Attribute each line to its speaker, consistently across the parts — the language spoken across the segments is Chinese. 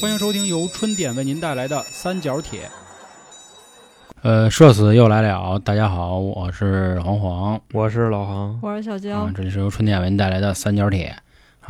Speaker 1: 欢迎收听由春点为您带来的《三角铁》。
Speaker 2: 呃，社死又来了，大家好，我是黄黄，
Speaker 3: 我是老航，
Speaker 4: 我是小娇，
Speaker 2: 啊，这里是由春点为您带来的《三角铁》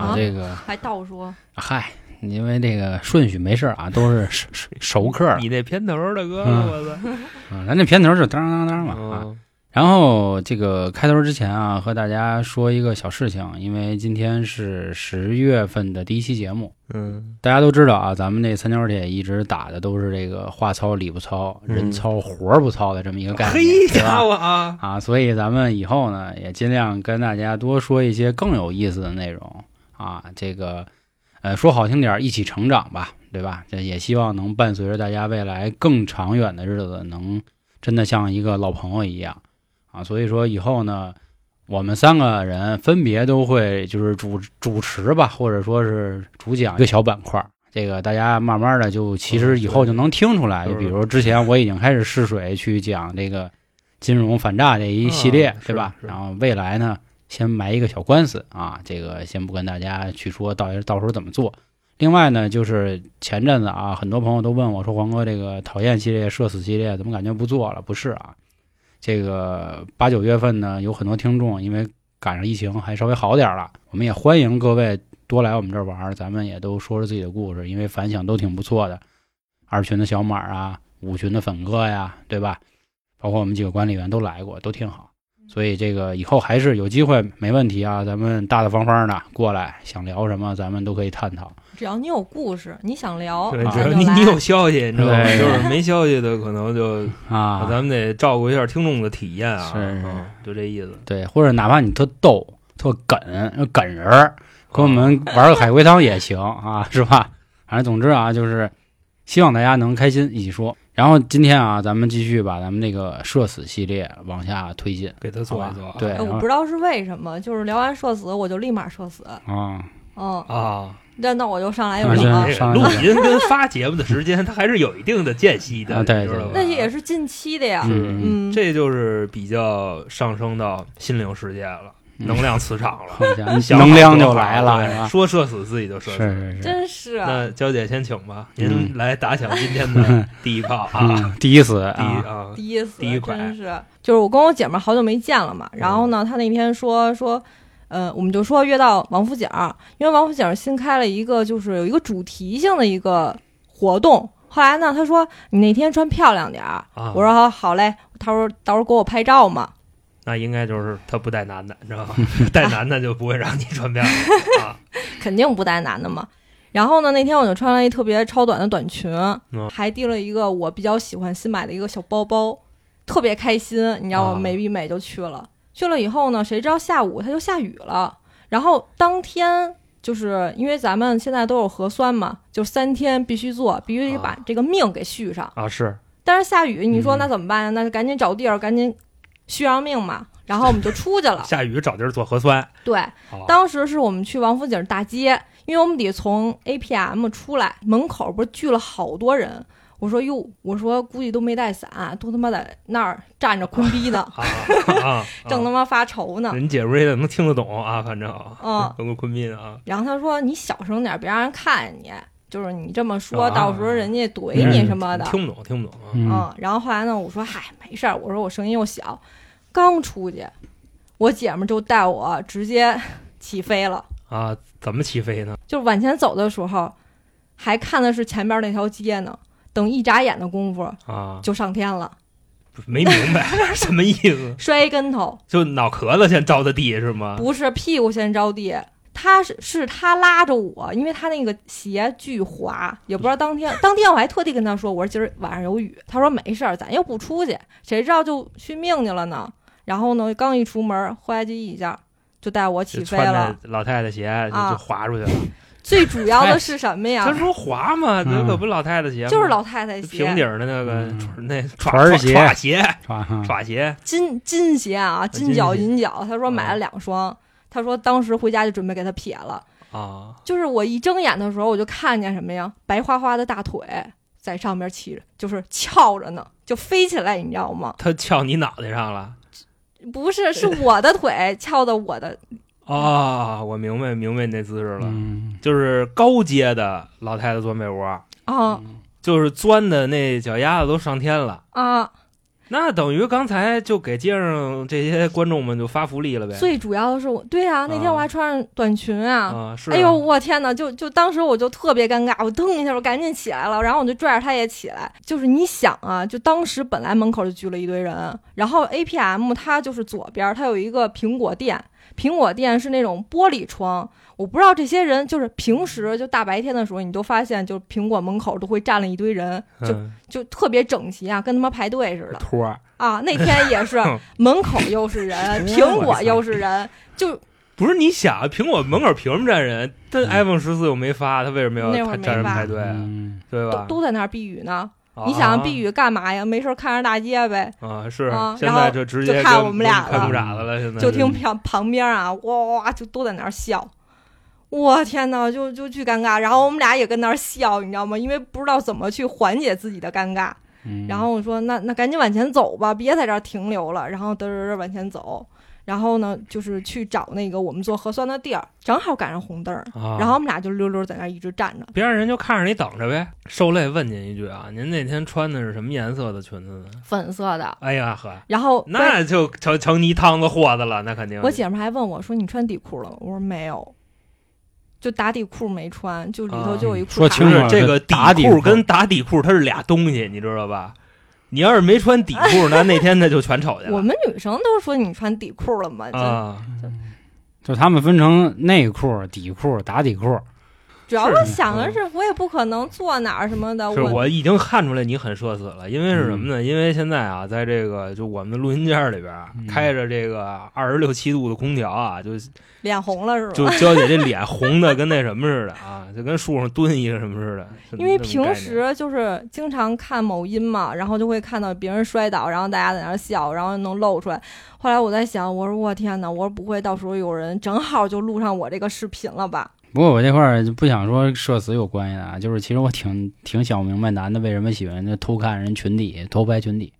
Speaker 2: 啊，
Speaker 4: 啊
Speaker 2: 这个
Speaker 4: 还倒说，
Speaker 2: 嗨，因为这个顺序没事儿啊，都是 熟熟熟客儿
Speaker 3: 你那片头的歌，
Speaker 2: 嗯
Speaker 3: 我操！
Speaker 2: 啊，咱这片头就当当当嘛啊。
Speaker 3: 嗯
Speaker 2: 然后这个开头之前啊，和大家说一个小事情，因为今天是十月份的第一期节目，
Speaker 3: 嗯，
Speaker 2: 大家都知道啊，咱们这三角铁一直打的都是这个话糙理不糙，
Speaker 3: 嗯
Speaker 2: 人糙活儿不糙的这么一个概念，
Speaker 3: 嘿
Speaker 2: 对吧
Speaker 3: 家伙啊，
Speaker 2: 啊，所以咱们以后呢，也尽量跟大家多说一些更有意思的内容啊。这个，呃，说好听点，儿，一起成长吧，对吧？这也希望能伴随着大家未来更长远的日子，能真的像一个老朋友一样啊。所以说以后呢，我们三个人分别都会就是主主持吧，或者说是主讲一个小板块儿。这个大家慢慢的就其实以后就能听出来，
Speaker 3: 嗯对
Speaker 2: 就比如之前我已经开始试水去讲这个金融反诈这一系列，
Speaker 3: 啊
Speaker 2: 对吧？
Speaker 3: 是是
Speaker 2: 然后未来呢，先埋一个小官司啊，这个先不跟大家去说到底到时候怎么做。另外呢，就是前阵子啊，很多朋友都问我说：“黄哥，这个讨厌系列、社死系列怎么感觉不做了？”不是啊，这个八九月份呢，有很多听众因为赶上疫情还稍微好点儿了，我们也欢迎各位多来我们这儿玩儿，咱们也都说说自己的故事，因为反响都挺不错的。二群的小马啊，五群的粉哥呀，对吧？包括我们几个管理员都来过，都挺好。所以这个以后还是有机会，没问题啊，咱们大大方方的过来，想聊什么咱们都可以探讨。
Speaker 4: 只要你有故事，你想聊，
Speaker 3: 对，
Speaker 2: 啊
Speaker 3: 只
Speaker 4: 咱
Speaker 3: 要
Speaker 4: 就
Speaker 3: 你
Speaker 4: 来
Speaker 3: 你有消息，你知道吗？
Speaker 2: 对
Speaker 3: 就是没消息的，可能就
Speaker 2: 啊，
Speaker 3: 咱们得照顾一下听众的体验啊，
Speaker 2: 是是
Speaker 3: 嗯就这意思。
Speaker 2: 对，或者哪怕你特逗、特梗、梗人儿，跟我
Speaker 3: 嗯
Speaker 2: 们玩个海龟汤也行啊， 是吧？反正总之啊，就是希望大家能开心一起说。然后今天啊，咱们继续把咱们那个社死系列往下推进，
Speaker 3: 给他
Speaker 2: 好
Speaker 3: 做
Speaker 2: 吧
Speaker 3: 一做啊，
Speaker 2: 对，
Speaker 4: 哎
Speaker 2: 然
Speaker 4: 我
Speaker 2: 后
Speaker 4: 不知道是为什么，就是聊完社死我就立马社死，
Speaker 2: 啊，
Speaker 4: 嗯，
Speaker 3: 啊，
Speaker 4: 那那我就上来又
Speaker 2: 啊
Speaker 4: 聊
Speaker 2: 是
Speaker 4: 啊
Speaker 2: 啊，
Speaker 3: 这
Speaker 2: 上
Speaker 3: 个
Speaker 2: 来
Speaker 3: 录
Speaker 2: 就
Speaker 3: 音跟发节目的时间，它还是有一定的间隙的，
Speaker 2: 啊对
Speaker 3: 你知道吧
Speaker 2: 对
Speaker 4: 那也是近期的呀，
Speaker 2: 嗯，
Speaker 4: 嗯，
Speaker 3: 这就是比较上升到心灵世界了，
Speaker 2: 嗯
Speaker 3: 能量磁场了，
Speaker 2: 嗯
Speaker 3: 想
Speaker 2: 能
Speaker 3: 好
Speaker 2: 量
Speaker 3: 多
Speaker 2: 就
Speaker 3: 好
Speaker 2: 来了，是
Speaker 3: 对
Speaker 2: 吧？
Speaker 3: 说社死自己就社死，
Speaker 2: 是是是，
Speaker 4: 真是啊，
Speaker 3: 那娇姐先请吧，
Speaker 2: 嗯
Speaker 3: 您来打响今天 的第一炮啊，
Speaker 2: 嗯，第一次
Speaker 3: 第一
Speaker 2: 啊，
Speaker 3: 啊，
Speaker 4: 第一次，
Speaker 3: 第一款嗯
Speaker 4: 真是，就是我跟我姐们儿好久没见了嘛，然后呢，她那天说说。呃，我们就说约到王府井儿，因为王府井儿新开了一个，就是有一个主题性的一个活动。后来呢，她说你那天穿漂亮点儿，
Speaker 3: 啊
Speaker 4: 我说好嘞，他说到时候给我拍照嘛。
Speaker 3: 那应该就是他不带男的，你知道吗？ 带男的就不会让你穿漂亮 啊。
Speaker 4: 肯定不带男的嘛。然后呢，那天我就穿了一特别超短的短裙，
Speaker 3: 嗯
Speaker 4: 还提了一个我比较喜欢新买的一个小包包，特别开心。你知道
Speaker 3: 啊
Speaker 4: 我美比美就去了，去了以后呢，谁知道下午它就下雨了。然后当天就是因为咱们现在都有核酸嘛，就三天必须做，必须得把
Speaker 3: 啊
Speaker 4: 这个命给续上。
Speaker 3: 啊，是
Speaker 4: 但是下雨，你说
Speaker 2: 嗯
Speaker 4: 那怎么办呀？那就赶紧找地儿，赶紧续上命嘛。然后我们就出去 了。
Speaker 3: 下雨找地儿做核酸
Speaker 4: 对，
Speaker 3: 啊。，
Speaker 4: 当时是我们去王府井大街，因为我们得从 APM 出来，门口不是聚了好多人。我说哟，我说估计都没带伞，都他妈在那儿站着坤逼呢
Speaker 3: 啊啊啊！
Speaker 4: 正他妈发愁呢。
Speaker 3: 人姐夫也能听得懂啊，反正
Speaker 4: 嗯
Speaker 3: 跟个昆宾啊，
Speaker 4: 然后他说你小声点，别让人看见你，就是你这么说，
Speaker 3: 啊嗯
Speaker 4: 到时候人家怼你什么的。
Speaker 3: 听不懂，听不懂啊。
Speaker 2: 嗯
Speaker 4: 嗯，然后后来呢，我说嗨，没事儿，我说我声音又小，刚出去，我姐们儿就带我直接起飞了。
Speaker 3: 啊，怎么起飞呢？
Speaker 4: 就是往前走的时候，还看的是前面那条街呢。等一眨眼的功夫
Speaker 3: 啊，
Speaker 4: 就上天了，
Speaker 3: 没明 白什么意思，
Speaker 4: 摔一跟头，
Speaker 3: 就脑壳子先着的地是吗？
Speaker 4: 不是屁股先着地。他是是他拉着我，因为他那个鞋巨滑，也不知道当天当天我还特地跟他说，我说今儿晚上有雨，他说没事儿，咱又不出去，谁知道就续命去了呢。然后呢，刚一出门，坏唧一下就带我
Speaker 3: 就
Speaker 4: 起飞
Speaker 3: 穿
Speaker 4: 了
Speaker 3: 着。老太太鞋就
Speaker 4: 啊
Speaker 3: 就滑出去了。
Speaker 4: 最主要的是什 么呀
Speaker 3: 他？说滑嘛，那
Speaker 2: 嗯
Speaker 3: 可不老太太鞋吗，
Speaker 4: 啊就是老太太鞋，
Speaker 3: 平底儿的那个
Speaker 2: 嗯
Speaker 3: 船那
Speaker 2: 船儿鞋
Speaker 3: 耍鞋
Speaker 2: 是吧？啊
Speaker 3: 耍鞋，
Speaker 4: 金金鞋啊，金脚
Speaker 3: 金
Speaker 4: 银脚。他说买了两双，他说当时回家就准备给他撇了。
Speaker 2: 嗯
Speaker 3: 啊，
Speaker 4: 就是我一睁眼的时候，我就看见什么呀，白花花的大腿在上面起，就是翘着呢，就飞起来，你知道吗？
Speaker 3: 他翘你脑袋上了
Speaker 4: 不是，是我的腿翘到我的
Speaker 3: 啊，我明白明白你那姿势了，
Speaker 2: 嗯，
Speaker 3: 就是高阶的老太太钻被窝，
Speaker 4: 啊
Speaker 3: 就是钻的那脚丫子都上天了。
Speaker 4: 啊！
Speaker 3: 那等于刚才就给街上这些观众们就发福利了呗？
Speaker 4: 最主要的是我，对啊，那天我还穿上短裙啊。
Speaker 3: 啊，是啊
Speaker 4: 哎呦，我天哪！就就当时我就特别尴尬，我腾一下，我赶紧起来了，然后我就拽着他也起来。就是你想啊，就当时本来门口就聚了一堆人，然后 APM 它就是左边，它有一个苹果店，苹果店是那种玻璃窗。我不知道这些人就是平时就大白天的时候，你都发现就是苹果门口都会站了一堆人，就
Speaker 3: 嗯
Speaker 4: 就特别整齐啊，跟他妈排队似的。
Speaker 3: 托儿
Speaker 4: 啊，那天 也是门口又是人，苹果又是人，就
Speaker 3: 不是你想啊，苹果门口凭什么站人？但
Speaker 2: 嗯
Speaker 3: iPhone 十四又没发，他为什么要
Speaker 4: 那会儿没
Speaker 3: 站人
Speaker 4: 发
Speaker 3: 排队啊？
Speaker 2: 嗯
Speaker 3: 对
Speaker 4: 都
Speaker 3: 吧？
Speaker 4: 都在那儿避雨呢。
Speaker 3: 啊
Speaker 4: 你想避雨干嘛呀？没事儿看着大街呗，
Speaker 3: 啊，是
Speaker 4: 啊
Speaker 3: 现
Speaker 4: 然后
Speaker 3: 在就直接
Speaker 4: 就看
Speaker 3: 跟
Speaker 4: 我们俩
Speaker 3: 看
Speaker 4: 了
Speaker 3: 木爪子了，现在
Speaker 4: 就是听旁旁边啊，哇哇哇，就都在那儿笑。我天呐，就就巨尴尬，然后我们俩也跟那儿笑，你知道吗？因为不知道怎么去缓解自己的尴尬。
Speaker 2: 嗯
Speaker 4: 然后我说那那赶紧往前走吧，别在这儿停留了。然后嘚嘚嘚往前走，然后呢就是去找那个我们做核酸的地儿，正好赶上红灯儿，
Speaker 3: 啊，
Speaker 4: 然后我们俩就溜溜在那儿一直站着。
Speaker 3: 边上人就看着你等着呗。受累问您一句啊，您那天穿的是什么颜色的裙子呢？
Speaker 4: 粉色的。
Speaker 3: 哎呀呵，
Speaker 4: 然后关
Speaker 3: 那就成成泥汤子和的了，那肯定。
Speaker 4: 我姐们儿还问我说：“你穿底裤了吗？”我说：“没有，就打底裤没穿，就里头
Speaker 3: 啊
Speaker 4: 就有一裤
Speaker 2: 说
Speaker 4: 衩
Speaker 2: 清
Speaker 3: 不
Speaker 4: 儿。
Speaker 2: 楚
Speaker 3: 是这个底
Speaker 2: 打底
Speaker 3: 裤
Speaker 2: 裤
Speaker 3: 跟打底裤它是俩东西，你知道吧？你要是没穿底裤，那那天那就全瞅见
Speaker 4: 我
Speaker 3: 了
Speaker 4: 们女生都说你穿底裤了嘛，就
Speaker 3: 啊。
Speaker 2: 就他们分成内裤、底裤、打底裤，
Speaker 4: 主要我
Speaker 2: 是
Speaker 4: 想的
Speaker 3: 嗯
Speaker 4: 是，我也不可能坐哪儿什么的。
Speaker 3: 是
Speaker 4: 我
Speaker 3: 我已经看出来你很社死了，因为是
Speaker 2: 嗯
Speaker 3: 什么呢？因为现在啊，在这个就我们的录音间里边啊
Speaker 2: 嗯
Speaker 3: 开着这个二十六七度的空调啊，就
Speaker 4: 脸红了是吧？
Speaker 3: 就娇姐这脸红的跟那什么似的啊，就跟树上蹲一个什么似的。是
Speaker 4: 因为
Speaker 3: 那种概
Speaker 4: 平
Speaker 3: 念
Speaker 4: 时就是经常看某音嘛，然后就会看到别人摔倒，然后大家在那儿笑，然后能露出来。后来我在想，我说我天哪，我说不会到时候有人正好就录上我这个视频了吧？
Speaker 2: 不过我这块儿就不想说社死有关系的啊，就是其实我挺挺想明白男的为什么喜欢就偷看人群体、偷拍群体。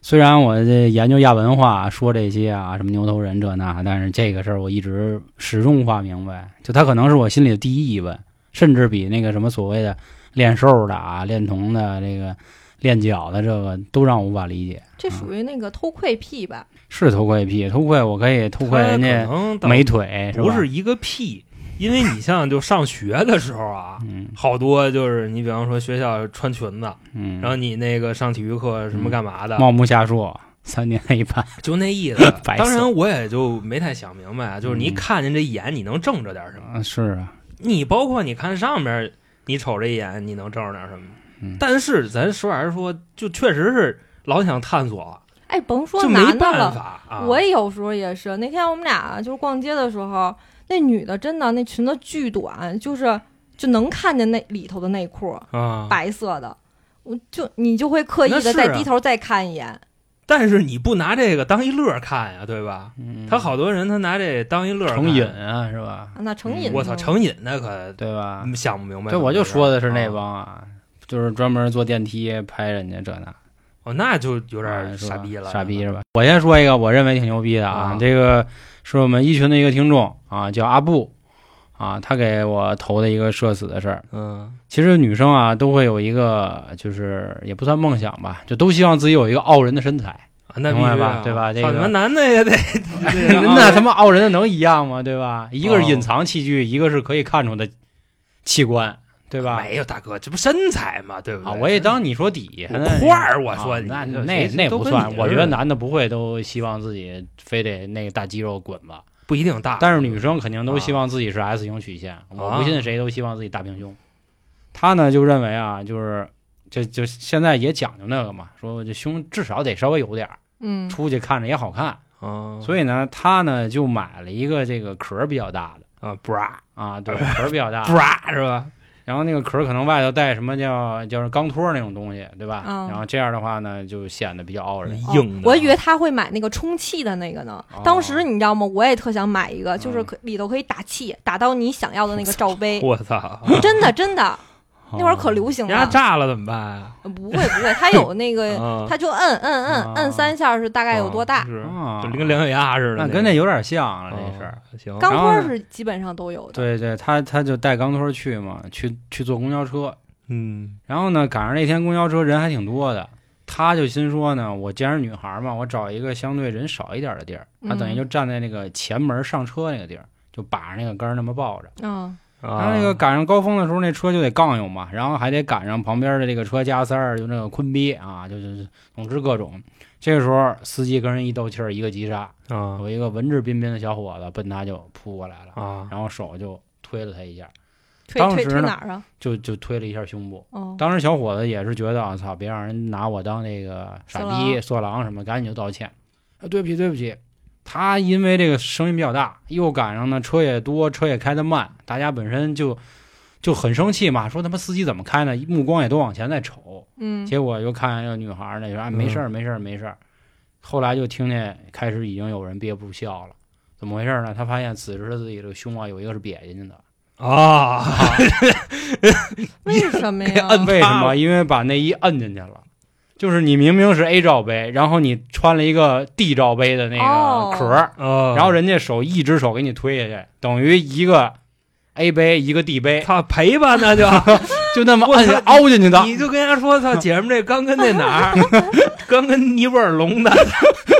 Speaker 2: 虽然我这研究亚文化，说这些啊什么牛头人这那，但是这个事儿我一直始终无法明白。就他可能是我心里的第一疑问，甚至比那个什么所谓的练瘦的啊、练童的、这个练脚的这个都让我无法理解。
Speaker 3: 嗯
Speaker 4: 这属于那个偷窥癖吧？
Speaker 2: 是偷窥癖，偷窥我可以偷窥人
Speaker 3: 他
Speaker 2: 家
Speaker 3: 可能倒
Speaker 2: 美腿，是吧？
Speaker 3: 不是一个屁，因为你像就上学的时候啊，
Speaker 2: 嗯
Speaker 3: 好多就是你比方说学校穿裙子，
Speaker 2: 嗯，
Speaker 3: 然后你那个上体育课什么干嘛的，
Speaker 2: 茂木下树三年一 班，。
Speaker 3: 就那意思
Speaker 2: 白色
Speaker 3: 当然我也就没太想明白啊，就是你
Speaker 2: 嗯
Speaker 3: 看见这眼，你能挣着点什么？
Speaker 2: 啊是啊，
Speaker 3: 你包括你看上面，你瞅这一眼，你能挣着点什么？
Speaker 2: 嗯
Speaker 3: 但是咱实话实说，就确实是老想探索，啊
Speaker 4: 哎，甭说
Speaker 3: 就没
Speaker 4: 男的
Speaker 3: 办
Speaker 4: 了，
Speaker 3: 法啊。
Speaker 4: 我也有时候也是。那天我们俩就是逛街的时候，那女的真的那裙子巨短，就是就能看见那里头的内裤，
Speaker 3: 啊，
Speaker 4: 白色的。我就你就会刻意
Speaker 3: 那
Speaker 4: 的
Speaker 3: 是
Speaker 4: 再
Speaker 3: 啊
Speaker 4: 低头再看一眼，
Speaker 3: 但是你不拿这个当一乐儿看呀，对吧？他好多人他拿这当一乐儿
Speaker 2: 嗯
Speaker 3: 看
Speaker 2: 成瘾，啊，是吧？
Speaker 4: 那成
Speaker 2: 嗯
Speaker 4: 瘾。
Speaker 3: 我操，成瘾那可
Speaker 2: 对吧？
Speaker 3: 想不明白。
Speaker 2: 对，啊我就说的是那
Speaker 3: 嗯啊，
Speaker 2: 帮啊，就是专门坐电梯拍人家这那，
Speaker 3: 哦，那就有
Speaker 2: 有
Speaker 3: 点傻逼了，
Speaker 2: 傻哎逼是吧？我先说一个我认为挺牛逼的啊
Speaker 3: 啊，
Speaker 2: 这个是我们一群的一个听众啊，叫阿布啊，他给我投的一个社死的事儿。
Speaker 3: 嗯
Speaker 2: 其实女生啊都会有一个，就是也不算梦想吧，就都希望自己有一个傲人的身材。
Speaker 3: 啊，那必
Speaker 2: 明白
Speaker 3: 须
Speaker 2: 吧
Speaker 3: 啊
Speaker 2: 对吧这
Speaker 3: 操你
Speaker 2: 个
Speaker 3: 妈男 的也得这个啊
Speaker 2: 那他妈傲人的能一样吗？对吧？一
Speaker 3: 哦
Speaker 2: 个是隐藏器具，一个是可以看出的器官，对吧？
Speaker 3: 没有大哥，这不身材嘛，对不对？
Speaker 2: 啊，我也当你说底下呢
Speaker 3: 我块儿我说
Speaker 2: 啊
Speaker 3: 你
Speaker 2: 那
Speaker 3: 这
Speaker 2: 那
Speaker 3: 谁
Speaker 2: 那
Speaker 3: 都
Speaker 2: 不
Speaker 3: 跟
Speaker 2: 算
Speaker 3: 你，
Speaker 2: 我
Speaker 3: 似
Speaker 2: 觉得
Speaker 3: 的
Speaker 2: 男的不会都希望自己非得那个大肌肉滚吧，
Speaker 3: 不一定大，
Speaker 2: 但是女生肯定都
Speaker 3: 啊
Speaker 2: 希望自己是 S 型曲线，我
Speaker 3: 啊
Speaker 2: 不信谁都希望自己大平胸。他呢就认为啊，就是就就现在也讲究那个嘛，说这胸至少得稍微有点儿，
Speaker 4: 嗯，
Speaker 2: 出去看着也好看。
Speaker 3: 啊，
Speaker 2: 所以呢，他呢就买了一个这个壳儿比较大的
Speaker 3: 啊，bra
Speaker 2: 啊，对，壳儿比较大的，
Speaker 3: bra 是吧？
Speaker 2: 然后那个壳儿可能外头带什么叫叫是钢托儿那种东西，对吧？
Speaker 4: 嗯
Speaker 2: 然后这样的话呢，就显得比较傲人。
Speaker 4: 哦
Speaker 3: 硬的，
Speaker 4: 我以为他会买那个充气的那个呢。
Speaker 2: 哦
Speaker 4: 当时你知道吗？我也特想买一个，就是
Speaker 2: 嗯
Speaker 4: 可里头可以打气，打到你想要的那个罩杯。
Speaker 3: 我操，哦
Speaker 4: 真的真的，
Speaker 2: 啊
Speaker 4: 那会儿可流行
Speaker 3: 人家
Speaker 4: 了。
Speaker 3: 炸了怎么办啊？
Speaker 4: 不会不会，它有那个，
Speaker 3: 啊
Speaker 4: 它就摁摁摁
Speaker 2: 啊
Speaker 4: 摁三下是大概有多大？
Speaker 3: 是，
Speaker 2: 啊，
Speaker 3: 就跟两血压似的，
Speaker 2: 那跟那
Speaker 3: 个
Speaker 2: 有点像了，
Speaker 3: 哦
Speaker 2: 这是。
Speaker 3: 行，
Speaker 4: 钢
Speaker 2: 然
Speaker 4: 盔
Speaker 2: 后
Speaker 4: 儿
Speaker 2: 呢
Speaker 4: 是基本上都有的。
Speaker 2: 对对，他他就带钢托去嘛，去去坐公交车，
Speaker 3: 嗯
Speaker 2: 然后呢，赶上那天公交车人还挺多的，他就心说呢，我既然是女孩嘛，我找一个相对人少一点的地儿。他
Speaker 4: 嗯
Speaker 2: 等于就站在那个前门上车那个地儿，就把着那个杆儿那么抱着。
Speaker 4: 嗯，
Speaker 2: 他
Speaker 3: 啊，
Speaker 2: 那个赶上高峰的时候，那车就得杠悠嘛，然后还得赶上旁边的这个车加塞儿，就那个坤逼啊，就是总之各种。这个时候，司机跟人一斗气儿，一个急刹，
Speaker 3: 啊
Speaker 2: 有一个文质彬彬的小伙子奔他就扑过来了，
Speaker 3: 啊，
Speaker 2: 然后手就推了他一下，
Speaker 4: 推
Speaker 2: 当
Speaker 4: 推
Speaker 2: 时
Speaker 4: 推
Speaker 2: 呢
Speaker 4: 哪儿啊？
Speaker 2: 就就推了一下胸部。
Speaker 4: 哦，
Speaker 2: 当时小伙子也是觉得啊，操，别让人拿我当那个傻逼、色狼什么，赶紧就道歉，啊对不起，对不起。他因为这个声音比较大，又赶上呢车也多，车也开得慢，大家本身就就很生气嘛，说他妈司机怎么开呢？目光也都往前在瞅，
Speaker 4: 嗯，
Speaker 2: 结果又看见一个女孩儿呢，就说啊没事儿，没事儿，没事儿。后来就听见开始已经有人憋不住笑了，怎么回事呢？他发现此时的自己这个胸啊有一个是瘪进去的，
Speaker 3: 啊，
Speaker 4: 为什么呀？
Speaker 2: 为什么？因为把那一摁进去了，就是你明明是 A 罩杯，然后你穿了一个 D 罩杯的那
Speaker 4: 哦
Speaker 2: 个壳儿，
Speaker 3: 哦
Speaker 2: 然后人家手一只手给你推下去，等于一个 A 杯一个 D 杯，
Speaker 3: 他赔吧，那就
Speaker 2: 就那么
Speaker 3: 我
Speaker 2: 摁下
Speaker 3: 操
Speaker 2: 凹进去的，
Speaker 3: 你就跟人家说，操，姐们这刚跟那哪儿，刚跟尼泊尔龙的，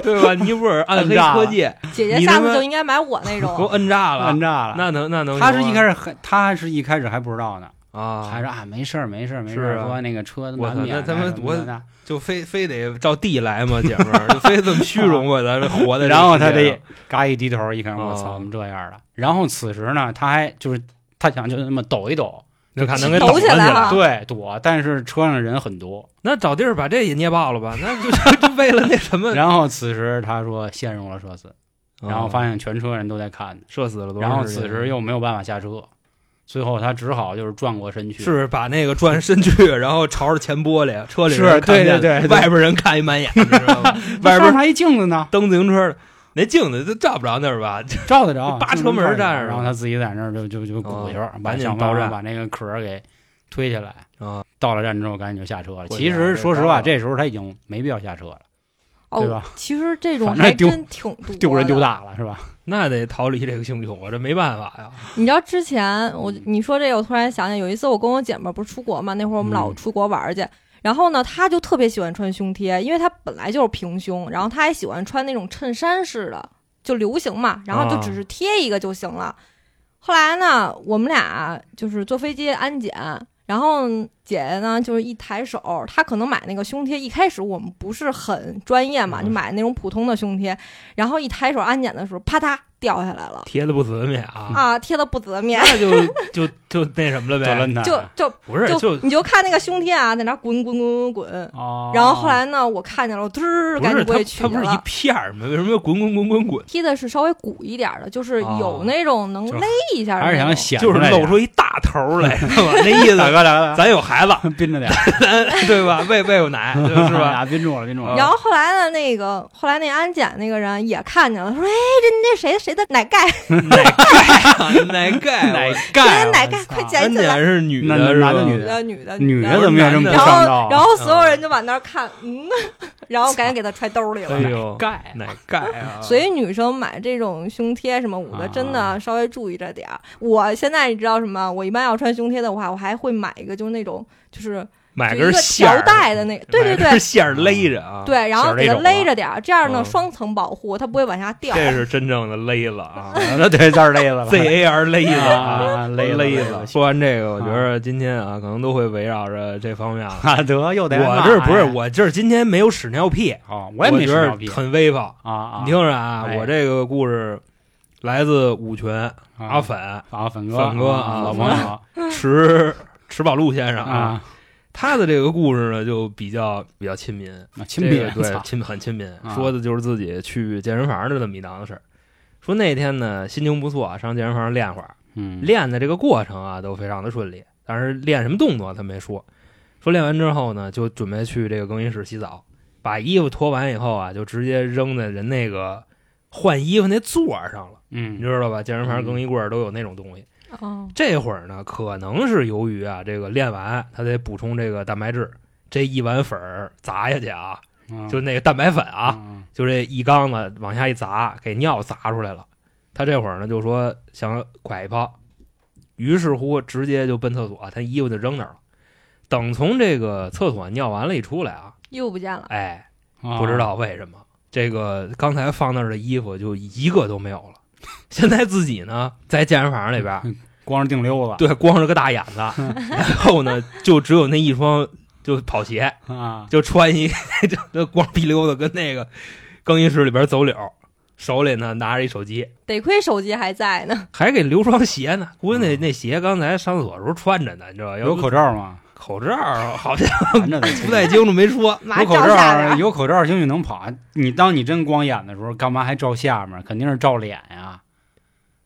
Speaker 3: 对吧？尼泊尔暗黑科技
Speaker 4: 姐姐
Speaker 3: 你
Speaker 4: 下
Speaker 3: 他
Speaker 4: 次
Speaker 3: 妈
Speaker 4: 就应该买我 那
Speaker 3: 给我
Speaker 4: 种。啊
Speaker 3: 摁炸了
Speaker 2: 摁，炸了。
Speaker 3: 那能那能行吗，
Speaker 2: 他是一开始还，他是一开始还不知道呢，
Speaker 3: 啊，
Speaker 2: 还是啊没事儿没事儿没事
Speaker 3: 是
Speaker 2: 儿，
Speaker 3: 啊
Speaker 2: 说那个车
Speaker 3: 我
Speaker 2: 难
Speaker 3: 操
Speaker 2: 免的
Speaker 3: 那他妈
Speaker 2: 什么
Speaker 3: 我
Speaker 2: 的呢
Speaker 3: 就非非得照地来嘛，姐们儿，就非这么虚荣我咱这活的。
Speaker 2: 然后他得嘎一低头一看，我操，
Speaker 3: 啊哦
Speaker 2: 怎么这样了？然后此时呢，他还就是他想就那么抖一抖，
Speaker 3: 就看能给
Speaker 4: 抖
Speaker 3: 抖
Speaker 4: 起
Speaker 3: 上
Speaker 4: 来
Speaker 3: 去
Speaker 4: 了啊
Speaker 3: 了。
Speaker 2: 对，躲，但是车上人很多。
Speaker 3: 那找地儿把这也捏爆了吧？那就 就就为了那什么，
Speaker 2: 然后此时他说陷入了社死，然
Speaker 3: 哦
Speaker 2: 后发现全车人都在看他，
Speaker 3: 射嗯死了多少
Speaker 2: 然
Speaker 3: 人。啊
Speaker 2: 后此时又没有办法下车，最后他只好就是转过身去，
Speaker 3: 是把那个转身去，然后朝着前玻璃，车里
Speaker 2: 是
Speaker 3: 人看
Speaker 2: 对对
Speaker 3: 见
Speaker 2: 对对
Speaker 3: 外边人看一满眼，你知道吗？ 外
Speaker 2: 外
Speaker 3: 边
Speaker 2: 边还一镜子呢，
Speaker 3: 蹬自行车的那镜子都照不着那儿吧？
Speaker 2: 照得着，啊
Speaker 3: 扒
Speaker 2: 镜
Speaker 3: 车
Speaker 2: 子
Speaker 3: 门
Speaker 2: 照得
Speaker 3: 站
Speaker 2: 着
Speaker 3: 哦着
Speaker 2: 然后他自己在那儿就就就鼓球，把
Speaker 3: 赶紧
Speaker 2: 想
Speaker 3: 到
Speaker 2: 方
Speaker 3: 站
Speaker 2: 把那个壳儿给推下来。
Speaker 3: 啊，
Speaker 2: 到了站之后，赶紧就下车了。
Speaker 3: 我
Speaker 2: 其
Speaker 3: 操
Speaker 2: 实
Speaker 3: 这
Speaker 2: 说实
Speaker 3: 当
Speaker 2: 话，
Speaker 3: 然
Speaker 2: 这时候他已经没必要下车了，对
Speaker 4: 哦
Speaker 2: 吧，
Speaker 4: 其实这种
Speaker 2: 反正
Speaker 4: 还
Speaker 2: 丢
Speaker 4: 真挺多
Speaker 2: 丢人
Speaker 4: 的
Speaker 2: 丢大了，是吧？
Speaker 3: 那得逃离这个凶囧啊，这没办法呀。
Speaker 4: 你知道之前我你说这个，我突然想起有一次我跟我姐们儿不是出国嘛，那会儿我们老
Speaker 2: 嗯
Speaker 4: 出国玩儿去。然后呢，她就特别喜欢穿胸贴，因为她本来就是平胸，然后她还喜欢穿那种衬衫式的，就流行嘛，然
Speaker 2: 啊
Speaker 4: 后就只是贴一个就行了。后来呢，我们俩就是坐飞机安检，然后姐姐呢就是一抬手，她可能买那个胸贴，一开始我们不是很专业嘛，
Speaker 2: 嗯
Speaker 4: 就买那种普通的胸贴，然后一抬手安检的时候，啪嗒掉下来了。
Speaker 3: 贴的不死面
Speaker 2: 嗯
Speaker 3: 啊，
Speaker 4: 啊，贴的 不怎么样。
Speaker 3: 那就就就那什么
Speaker 2: 德
Speaker 3: 了呗。
Speaker 2: 伦塔
Speaker 4: 就就
Speaker 3: 不是，
Speaker 4: 就
Speaker 3: 就
Speaker 4: 你就看那个胸贴啊，在那滚滚滚滚滚。
Speaker 2: 哦，
Speaker 4: 然后后来呢，我看见了，我嘚儿
Speaker 3: 不
Speaker 4: 赶
Speaker 3: 是
Speaker 4: 紧过
Speaker 3: 它
Speaker 4: 去，取
Speaker 3: 它不是一
Speaker 4: 了。
Speaker 3: 片儿吗？为什么要滚滚滚滚滚？
Speaker 4: 贴的是稍微鼓一点儿的，就是有
Speaker 3: 哦
Speaker 4: 那种能
Speaker 2: 就是
Speaker 4: 勒一下的
Speaker 2: 还
Speaker 4: 那
Speaker 2: 是
Speaker 4: 种，
Speaker 2: 想显
Speaker 3: 就是
Speaker 2: 出来
Speaker 3: 露
Speaker 2: 点
Speaker 3: 出一大头儿来，是吧？那意
Speaker 2: 大
Speaker 3: 思，
Speaker 2: 哥大哥，
Speaker 3: 咱有孩子，
Speaker 2: 咱憋着点，
Speaker 3: 咱对吧？喂喂有 奶，是吧？
Speaker 2: 啊，憋住了，憋住了。
Speaker 4: 然后后来呢，那个后来那安检那个人也看见了，说：“哎，这那谁谁的奶盖，谁
Speaker 3: 奶 盖，
Speaker 2: 奶盖，
Speaker 4: 的奶
Speaker 2: 我
Speaker 4: 盖，
Speaker 2: 操
Speaker 4: 快捡
Speaker 3: 安
Speaker 4: 起来
Speaker 3: 检是女
Speaker 2: 那
Speaker 3: 的，
Speaker 2: 男的
Speaker 3: 是吧
Speaker 2: 女！”
Speaker 4: 女的女的
Speaker 2: 女
Speaker 4: 的
Speaker 2: 的。怎么也这么不
Speaker 4: 然
Speaker 2: 上道
Speaker 4: 后
Speaker 2: 啊？
Speaker 4: 然后所有人就往那儿看，嗯， 然后赶紧给他揣兜里了。
Speaker 3: 哎呦，
Speaker 2: 盖
Speaker 3: 奶盖啊！
Speaker 4: 所以女生买这种胸贴什么捂的，
Speaker 2: 啊
Speaker 4: 真的稍微注意着点儿。我现在你知道什么？我一般要穿胸贴的话，我还会买一个，就是那种就是
Speaker 3: 买
Speaker 4: 就
Speaker 3: 根
Speaker 4: 一个
Speaker 3: 线
Speaker 4: 条
Speaker 3: 儿，
Speaker 4: 带的那个，对对
Speaker 3: 买根
Speaker 4: 对嗯
Speaker 3: 线儿勒着啊。，
Speaker 4: 对，然后给它勒着点儿，这样呢
Speaker 3: 嗯
Speaker 4: 双层保护，它不会往下掉。
Speaker 3: 这是真正的勒了啊
Speaker 2: 嗯那对，这儿勒 了吧
Speaker 3: ，Z A R 勒了啊，
Speaker 2: 啊， 勒
Speaker 3: 勒
Speaker 2: 了
Speaker 3: 了。。说完这个，我觉得今天啊，可能都会围绕着这方面了。
Speaker 2: 啊，得又得挨
Speaker 3: 我
Speaker 2: 骂
Speaker 3: 这儿不是
Speaker 2: 哎
Speaker 3: 我这儿今天没有屎尿屁，
Speaker 2: 哦，我
Speaker 3: 我
Speaker 2: 也没
Speaker 3: 觉
Speaker 2: 屎
Speaker 3: 得
Speaker 2: 尿屁
Speaker 3: 很威风。
Speaker 2: 啊啊！
Speaker 3: 你听着啊，
Speaker 2: 哎
Speaker 3: 我这个故事来自五泉阿
Speaker 2: 阿
Speaker 3: 粉
Speaker 2: 啊，粉哥
Speaker 3: 粉哥
Speaker 2: 啊，
Speaker 3: 啊
Speaker 2: 老朋友
Speaker 3: 池池宝路先生
Speaker 2: 啊，，
Speaker 3: 他的这个故事呢就比较比较亲民，
Speaker 2: 啊亲笔
Speaker 3: 这个对亲很亲民，
Speaker 2: 啊
Speaker 3: 说的就是自己去健身房的这么一档子事儿。说那天呢心情不错，上健身房练会儿，
Speaker 2: 嗯，
Speaker 3: 练的这个过程啊都非常的顺利，但是练什么动作他没说。说练完之后呢，就准备去这个更衣室洗澡，把衣服脱完以后啊，就直接扔在人那个换衣服那座儿上了。你
Speaker 2: 嗯
Speaker 3: 知道吧？健身房更衣柜儿都有那种东西。
Speaker 4: 哦，
Speaker 3: 这会儿呢，可能是由于啊，这个练完他得补充这个蛋白质，这一碗粉儿砸下去啊，
Speaker 2: 嗯
Speaker 3: 就那个蛋白粉啊，
Speaker 2: 嗯
Speaker 3: 就这一缸子往下一砸，给尿砸出来了。他这会儿呢就说想拐一泡，于是乎直接就奔厕所，他衣服就扔那儿了。等从这个厕所尿完了，一出来啊，
Speaker 4: 又不见了，
Speaker 3: 哎，
Speaker 2: 啊
Speaker 3: 不知道为什么、这个刚才放那儿的衣服就一个都没有了。现在自己呢在健身房里边，
Speaker 2: 光着腚溜子
Speaker 3: 对，光着个大眼 子，然后呢就只有那一双就跑鞋，
Speaker 2: 啊，
Speaker 3: 就穿一 就就光屁溜子跟那个更衣室里边走柳儿，手里呢拿着一手机，
Speaker 4: 得亏手机还 在呢。
Speaker 3: 还给留双鞋呢。估计那
Speaker 2: 嗯
Speaker 3: 那鞋刚才上厕所的时候穿着呢，你知道吧？
Speaker 2: 有口
Speaker 3: 口
Speaker 2: 罩 吗？
Speaker 3: 口罩儿好像
Speaker 2: 含着的，
Speaker 3: 不太清楚，没说。
Speaker 4: 马
Speaker 2: 有口
Speaker 4: 上照下来
Speaker 2: 罩，
Speaker 4: 了，
Speaker 2: 有口罩，兴许能跑。你当你真光眼的时候，干嘛还照下面？肯定是照脸呀，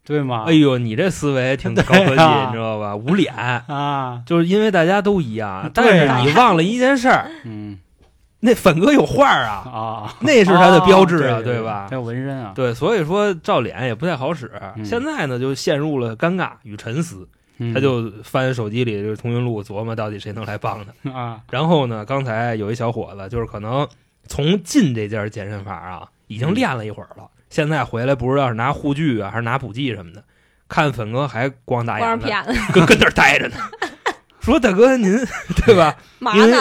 Speaker 2: 对吗？
Speaker 3: 哎呦，你这思维挺高科
Speaker 2: 啊 对
Speaker 3: 技，
Speaker 2: 啊
Speaker 3: 你知道吧？捂脸，
Speaker 2: 啊，
Speaker 3: 就是因为大家都一样，但
Speaker 2: 对
Speaker 3: 是
Speaker 2: 啊
Speaker 3: 你忘了一件事儿，
Speaker 2: 嗯
Speaker 3: 那粉哥有画儿 啊，
Speaker 2: 啊，
Speaker 3: 那是他的标志啊，
Speaker 2: 哦
Speaker 3: 对
Speaker 2: 对
Speaker 3: 吧
Speaker 2: 还？有纹身啊，
Speaker 3: 对，所以说照脸也不太好使。
Speaker 2: 嗯
Speaker 3: 现在呢，就陷入了尴尬与沉思。
Speaker 2: 嗯
Speaker 3: 他就翻手机里这个通讯录，琢磨到底谁能来帮他。
Speaker 2: 啊，
Speaker 3: 然后呢，刚才有一小伙子，就是可能从进这家健身房啊，已经练了一会儿了，现在回来不知道是拿护具啊，还是拿补剂什么的，看粉哥还光大
Speaker 4: 光
Speaker 3: 眼
Speaker 4: 着
Speaker 3: 子，
Speaker 4: 眼子，
Speaker 3: 跟跟那儿待 着呢。说大 哥您对吧？
Speaker 4: 嘛
Speaker 3: 因为
Speaker 4: 呢？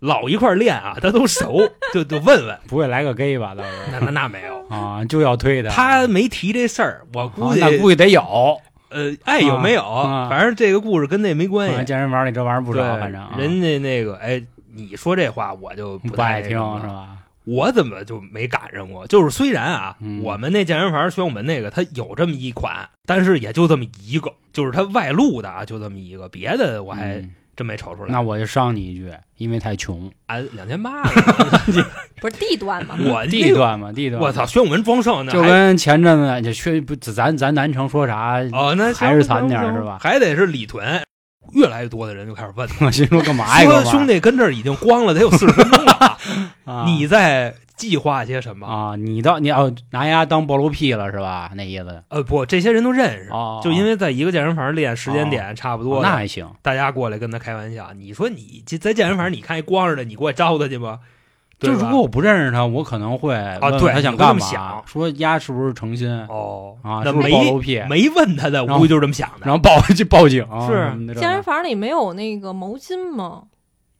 Speaker 3: 老一块儿练啊，他都熟，就就 问问。
Speaker 2: 不会来个 gay 吧？倒是
Speaker 3: 那那那没有，
Speaker 2: 啊，就要推的，
Speaker 3: 他没提这事儿，我估计、
Speaker 2: 啊那估计得有，
Speaker 3: 呃，爱有没有，
Speaker 2: 啊啊
Speaker 3: 反正这个故事跟那没关系
Speaker 2: 啊。健身房里这玩意儿不
Speaker 3: 对，
Speaker 2: 少，反正啊
Speaker 3: 人家那个，哎，你说这话我就
Speaker 2: 不
Speaker 3: 太
Speaker 2: 爱听
Speaker 3: 那什
Speaker 2: 是
Speaker 3: 么了
Speaker 2: 吧？
Speaker 3: 我怎么就没赶上过？就是虽然啊，
Speaker 2: 嗯
Speaker 3: 我们那健身房宣武门那个它有这么一款，但是也就这么一个，就是它外露的啊，就这么一个，别的我还
Speaker 2: 嗯
Speaker 3: 真没瞅出来。
Speaker 2: 那我就伤你一句，因为太穷，
Speaker 3: 啊，两千八，
Speaker 4: 不是地段 吗？
Speaker 3: 我
Speaker 2: 地
Speaker 3: 那个，
Speaker 2: 段嘛，地段，
Speaker 3: 哎我操，，宣武门装盛呢，
Speaker 2: 就
Speaker 3: 还
Speaker 2: 跟前阵子就去不，咱咱南城说啥，
Speaker 3: 哦，那行
Speaker 2: 还是惨点儿
Speaker 3: 行行
Speaker 2: 是吧
Speaker 3: 还得是李屯，越来越多的人就开始问。
Speaker 2: 我心说干嘛呀？
Speaker 3: 说
Speaker 2: 哥们儿
Speaker 3: 兄弟跟这儿已经光了得有四十分钟了，
Speaker 2: 啊
Speaker 3: 你在计划些什么？
Speaker 2: 啊，你到你哦，拿丫当暴露癖了是吧？那意思
Speaker 3: 呃，不，这些人都认识，
Speaker 2: 哦，
Speaker 3: 就因为在一个健身房练，时间点差不多
Speaker 2: 哦
Speaker 3: 的，
Speaker 2: 那还行，
Speaker 3: 大家过来跟他开玩笑。你说你这在健身房，你看一光着的，你过来招他去吗？
Speaker 2: 就
Speaker 3: 对吧
Speaker 2: 如果我不认识他，我可能会啊
Speaker 3: 对
Speaker 2: 他想
Speaker 3: 你会这
Speaker 2: 干
Speaker 3: 么
Speaker 2: 嘛？
Speaker 3: 想
Speaker 2: 说丫是不是诚心
Speaker 3: 哦
Speaker 2: 啊？
Speaker 3: 那
Speaker 2: 是不是
Speaker 3: 没
Speaker 2: 暴露癖？然
Speaker 3: 没问他的，
Speaker 2: 然后
Speaker 3: 我估计就是这么想的。
Speaker 2: 后报 去报警啊
Speaker 3: 是
Speaker 2: 什么的这
Speaker 4: 健身
Speaker 2: 个
Speaker 4: 房里没有那个毛巾吗？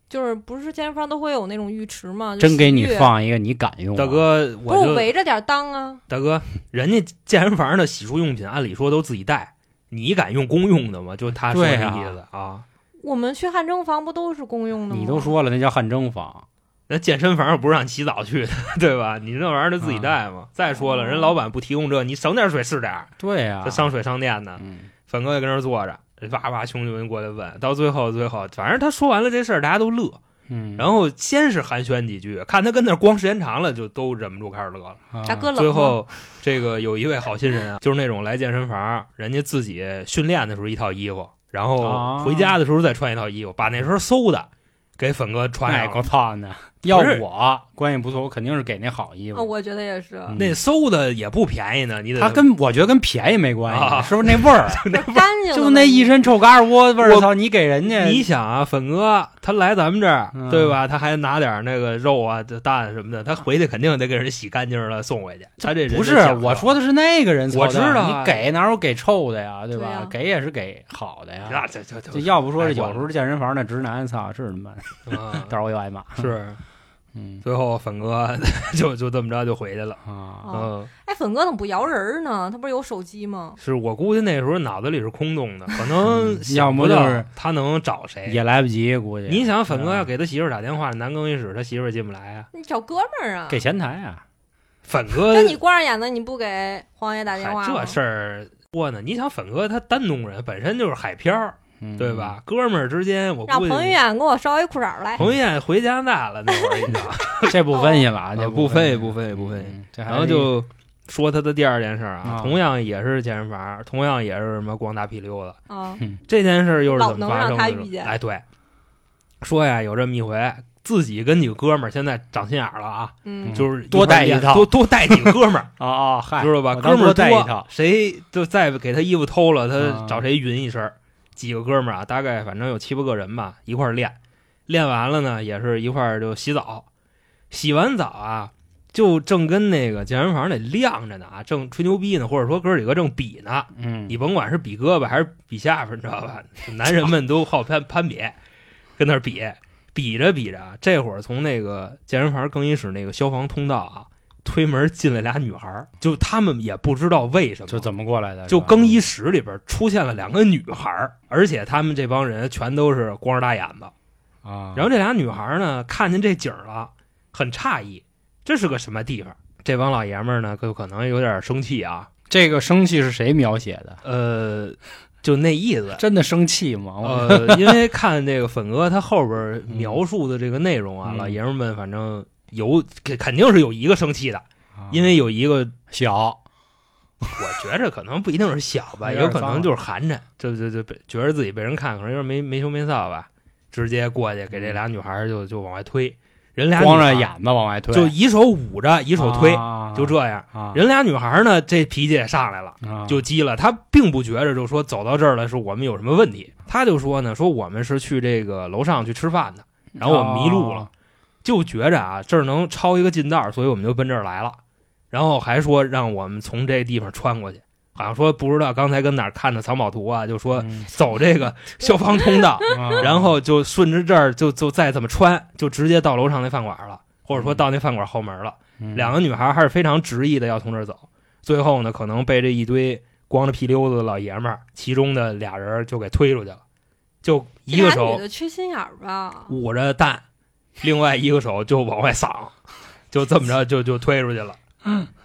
Speaker 4: 就是不是健身房都会有那种浴池吗？就
Speaker 2: 真给你
Speaker 4: 洗浴，
Speaker 2: 放一个，你敢用啊吗？
Speaker 3: 大哥，
Speaker 4: 不是
Speaker 3: 我
Speaker 4: 我
Speaker 3: 就
Speaker 4: 围着点当啊，
Speaker 3: 大哥，人家健身房的洗漱用品按理说都自己带，你敢用公用的吗？就他说
Speaker 2: 对
Speaker 3: 那
Speaker 2: 啊
Speaker 3: 意思啊。
Speaker 4: 我们去汗蒸房不都是公用的吗？
Speaker 2: 你都说了，那叫汗蒸房，
Speaker 3: 那健身房又不是让你洗澡去的， 对吧？你这玩意儿得
Speaker 2: 啊
Speaker 3: 自己带嘛。再说了，人老板不提供这，你省点水是点儿，
Speaker 2: 对呀
Speaker 3: 这，上水上电呢。
Speaker 2: 啊嗯
Speaker 3: 粉哥也跟那儿坐着，哇哇，兄弟们过来问，到最后最后，反正他说完了这事儿，大家都乐。
Speaker 2: 嗯，
Speaker 3: 然后先是寒暄几句，看他跟那儿光时间长了，就都忍不住开始乐 了。
Speaker 2: 啊
Speaker 4: 大哥冷吗
Speaker 3: 最后，这个有一位好心人啊， 就是那种来健身房，人家自己训练的时候一套衣服，然后
Speaker 2: 啊
Speaker 3: 回家的时候再穿一套衣服，把那身嗖的给粉哥穿
Speaker 2: 哎，
Speaker 3: 上
Speaker 2: 够
Speaker 3: 了。
Speaker 2: 操呢！要
Speaker 3: 是
Speaker 2: 我关系不错，我肯定是给那好衣
Speaker 4: 啊，
Speaker 2: 服。
Speaker 4: 我觉得也是，
Speaker 2: 嗯
Speaker 3: 那嗖的也不便宜呢，你得
Speaker 2: 他跟我觉得跟便宜没关
Speaker 3: 啊
Speaker 2: 系，是不是那味儿？
Speaker 4: 不是干净的
Speaker 2: 就那一身臭嘎吱窝味儿，
Speaker 3: 我
Speaker 2: 操！你给人家
Speaker 3: 你想啊，粉哥他来咱们这儿，
Speaker 2: 嗯
Speaker 3: 对吧？他还拿点那个肉啊、这蛋什么的，他回去肯定得给人洗干净了送回去。他这人
Speaker 2: 不是
Speaker 3: 这讲究
Speaker 2: 我。说的是那个人操蛋，
Speaker 3: 我知道啊
Speaker 2: 你给哪有给臭的呀，对吧？啊
Speaker 4: 对呀
Speaker 2: 给也是给好的呀。
Speaker 3: 啊，这这
Speaker 2: 就
Speaker 3: 这
Speaker 2: 要不说
Speaker 3: 哎
Speaker 2: 这有
Speaker 3: 我
Speaker 2: 时候健身房那直男，操，是他妈，
Speaker 3: 啊
Speaker 2: 到时候我又挨 骂。
Speaker 3: 是
Speaker 2: 嗯
Speaker 3: 最后粉哥 就就这么着就回去了。
Speaker 2: 啊，
Speaker 4: 哦
Speaker 3: 嗯，
Speaker 4: 哎，粉哥怎么不摇人儿呢？他不是有手机吗？
Speaker 3: 是我估计那时候脑子里是空洞的，可能
Speaker 2: 嗯
Speaker 3: 想不
Speaker 2: 要
Speaker 3: 到
Speaker 2: 么就是
Speaker 3: 他能找谁。
Speaker 2: 也嗯来不及，估计。
Speaker 3: 你想粉哥要
Speaker 2: 给
Speaker 3: 给他媳妇儿打电话，男更衣室他媳妇儿进不来啊。
Speaker 4: 你找哥们儿啊，
Speaker 2: 给前台啊？
Speaker 3: 粉哥
Speaker 4: 那你光着眼子，你不给黄爷打电话
Speaker 3: 嗨
Speaker 4: 吗？
Speaker 3: 这事儿说呢，你想粉哥他丹东人，本身就是海漂儿，
Speaker 2: 嗯
Speaker 3: 对？吧？哥们儿之间，我
Speaker 4: 让
Speaker 3: 估计
Speaker 4: 彭于晏给我捎一裤衩儿来。
Speaker 3: 彭于晏回加拿大了那会儿 已经，
Speaker 2: 这不分析了啊，
Speaker 3: 啊
Speaker 2: 这
Speaker 3: 不
Speaker 2: 分
Speaker 3: 分
Speaker 2: 析
Speaker 3: 析不分析不分析。
Speaker 2: 嗯这还
Speaker 3: 然后
Speaker 2: 是
Speaker 3: 就说他的第二件事啊
Speaker 2: 啊，
Speaker 3: 同样也是健身房，同样也是什么光大屁溜子。
Speaker 4: 啊，
Speaker 3: 这件事又是
Speaker 4: 老
Speaker 3: 怎么
Speaker 4: 能
Speaker 3: 发
Speaker 4: 让
Speaker 3: 生
Speaker 4: 他
Speaker 3: 的
Speaker 4: 遇
Speaker 3: 呢？
Speaker 4: 见
Speaker 3: 哎，对，说呀，有这么一回，自己跟几个哥们儿现在长心眼儿了啊，
Speaker 4: 嗯，
Speaker 3: 就是
Speaker 2: 多带一套
Speaker 3: 块儿练多多带几个哥们儿，
Speaker 2: 啊啊，嗨，
Speaker 3: 知道吧？
Speaker 2: 我
Speaker 3: 哥
Speaker 2: 当
Speaker 3: 们儿
Speaker 2: 多带一套，
Speaker 3: 谁就再给他衣服偷了，他
Speaker 2: 啊
Speaker 3: 找谁匀一身儿。几个哥们儿啊，大概反正有七八个人吧，一块儿练，练完了呢，也是一块儿就洗澡。洗完澡啊，就正跟那个健身房里晾着呢啊，正吹牛逼呢，或者说哥几个正比呢，
Speaker 2: 嗯，
Speaker 3: 你甭管是比胳膊还是比下巴，你知道吧？ 男人们都好攀攀比，跟那儿比，比着比着啊，这会儿从那个健身房更衣室那个消防通道啊，推门进来俩女孩儿，就他们也不知道为什么，
Speaker 2: 就
Speaker 3: 就
Speaker 2: 怎么过来的？是吧
Speaker 3: 更衣室里边出现了两个女孩儿，而且他们这帮人全都是光着大眼子。
Speaker 2: 啊，
Speaker 3: 然后这俩女孩儿呢，看见这景儿了，很诧异，这是个什么地方？这帮老爷们儿呢，可可能有点生气啊，
Speaker 2: 这个生气是谁描写的？
Speaker 3: 呃，就那意思，
Speaker 2: 真的生气吗？我
Speaker 3: 呃，因为看这个粉哥他后边描述的这个内 容啊，
Speaker 2: 嗯
Speaker 3: 老爷们儿们反正有肯肯定是有一个生气的，因为有一个，
Speaker 2: 小，
Speaker 3: 我觉着可能不一定是小吧，
Speaker 2: 有点
Speaker 3: 有
Speaker 2: 儿
Speaker 3: 可
Speaker 2: 脏
Speaker 3: 能
Speaker 2: 了
Speaker 3: 就是寒碜，就就就被觉着自己被人看，可能有点没没羞没臊吧，直接过去给这俩女孩儿就就往外推，人俩
Speaker 2: 光
Speaker 3: 女
Speaker 2: 着
Speaker 3: 孩儿
Speaker 2: 眼子往外推，
Speaker 3: 就一手捂着一
Speaker 2: 一
Speaker 3: 手推，就
Speaker 2: 这
Speaker 3: 这样，
Speaker 2: 啊，
Speaker 3: 人俩女孩儿呢这脾气也上来了。
Speaker 2: 啊
Speaker 3: 就激了。他并不觉着就说走到这儿了是我们有什么问题，他就说呢，说我们是去这个楼上去吃饭的，然后我迷路
Speaker 2: 哦
Speaker 3: 了，，就觉着啊这儿能抄一个近道儿，所以我们就奔这儿来了。然后还说让我们从这地方穿过去，好像说不知道刚才跟哪儿看的藏宝图啊，就说
Speaker 2: 嗯
Speaker 3: 走这个消防通道，
Speaker 2: 啊
Speaker 3: 然后就顺着这儿就就再怎么穿，就直接到楼上那饭馆了，或者说到那饭馆后门了。
Speaker 2: 嗯
Speaker 3: 两个女孩还是非常执意的要从这儿走。最后呢，可能被这一堆光着屁溜子的老爷们儿，其中的俩人就给推出去了，就一个
Speaker 4: 这俩女
Speaker 3: 手
Speaker 4: 的缺心眼儿吧？
Speaker 3: 捂着蛋，另外一个手就往外搡，就这么着就就推出去了。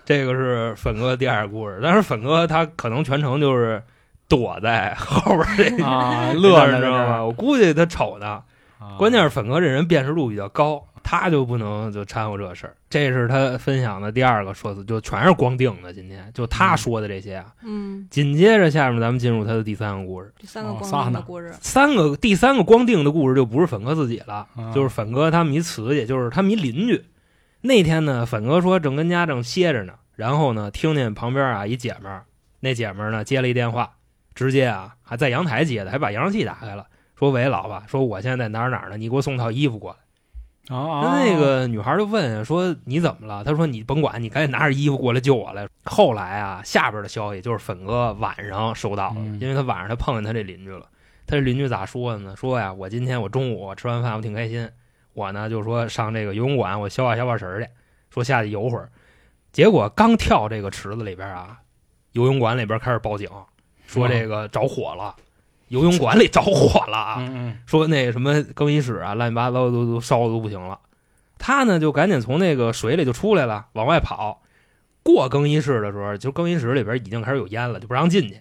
Speaker 3: 这个是粉哥第二个故事，但是粉哥他可能全程就是躲在后边儿这
Speaker 2: 嗯啊，
Speaker 3: 乐
Speaker 2: 乐
Speaker 3: 儿，
Speaker 2: 着
Speaker 3: 你知道吗？
Speaker 2: 呢，
Speaker 3: 我估计他瞅呢，
Speaker 2: 啊
Speaker 3: 关键是粉哥这人辨识度比较高，他就不能就掺和这事儿。这是他分享的第二个说辞，就全是光腚的。今天就他说的这些啊，
Speaker 4: 嗯，
Speaker 3: 紧接着下面咱们进入他的第三个故事，
Speaker 4: 这三个
Speaker 2: 哦
Speaker 4: 光
Speaker 2: 仨
Speaker 4: 腚的
Speaker 2: 呢
Speaker 4: 故事，
Speaker 3: 三个第三个光腚的故事就不是粉哥自己了，
Speaker 2: 啊
Speaker 3: 就是粉哥他们一词，也就是他们一邻居。那天呢，粉哥说正跟家正歇着呢，然后呢，听见旁边啊一姐们儿，那姐们儿呢接了一电话，直接啊还在阳台接的，还把扬声器打开了，说喂老婆，说我现在在哪儿哪儿呢，你给我送套衣服过来。
Speaker 2: 啊啊
Speaker 3: 那那个女孩就问说：“你怎么了？”她说：“你甭管，你赶紧拿着衣服过来救我来。”后来啊，下边的消息就是粉哥晚上收到了，
Speaker 2: 嗯
Speaker 3: 因为他晚上他碰见他这邻居了。他这邻居咋说的呢？说呀，我今天我中午我吃完饭我挺开心，我呢就说上这个游泳馆我消化消化神儿去，说下去游会儿。结果刚跳这个池子里边啊，游泳馆里边开始报警，说这个着火了，游泳馆里着火了啊。
Speaker 2: 嗯
Speaker 3: 说那什么更衣室啊，乱七八糟都都烧的都不行了。他呢就赶紧从那个水里就出来了，往外跑。过更衣室的时候，就更衣室里边已经开始有烟了，就不让进去。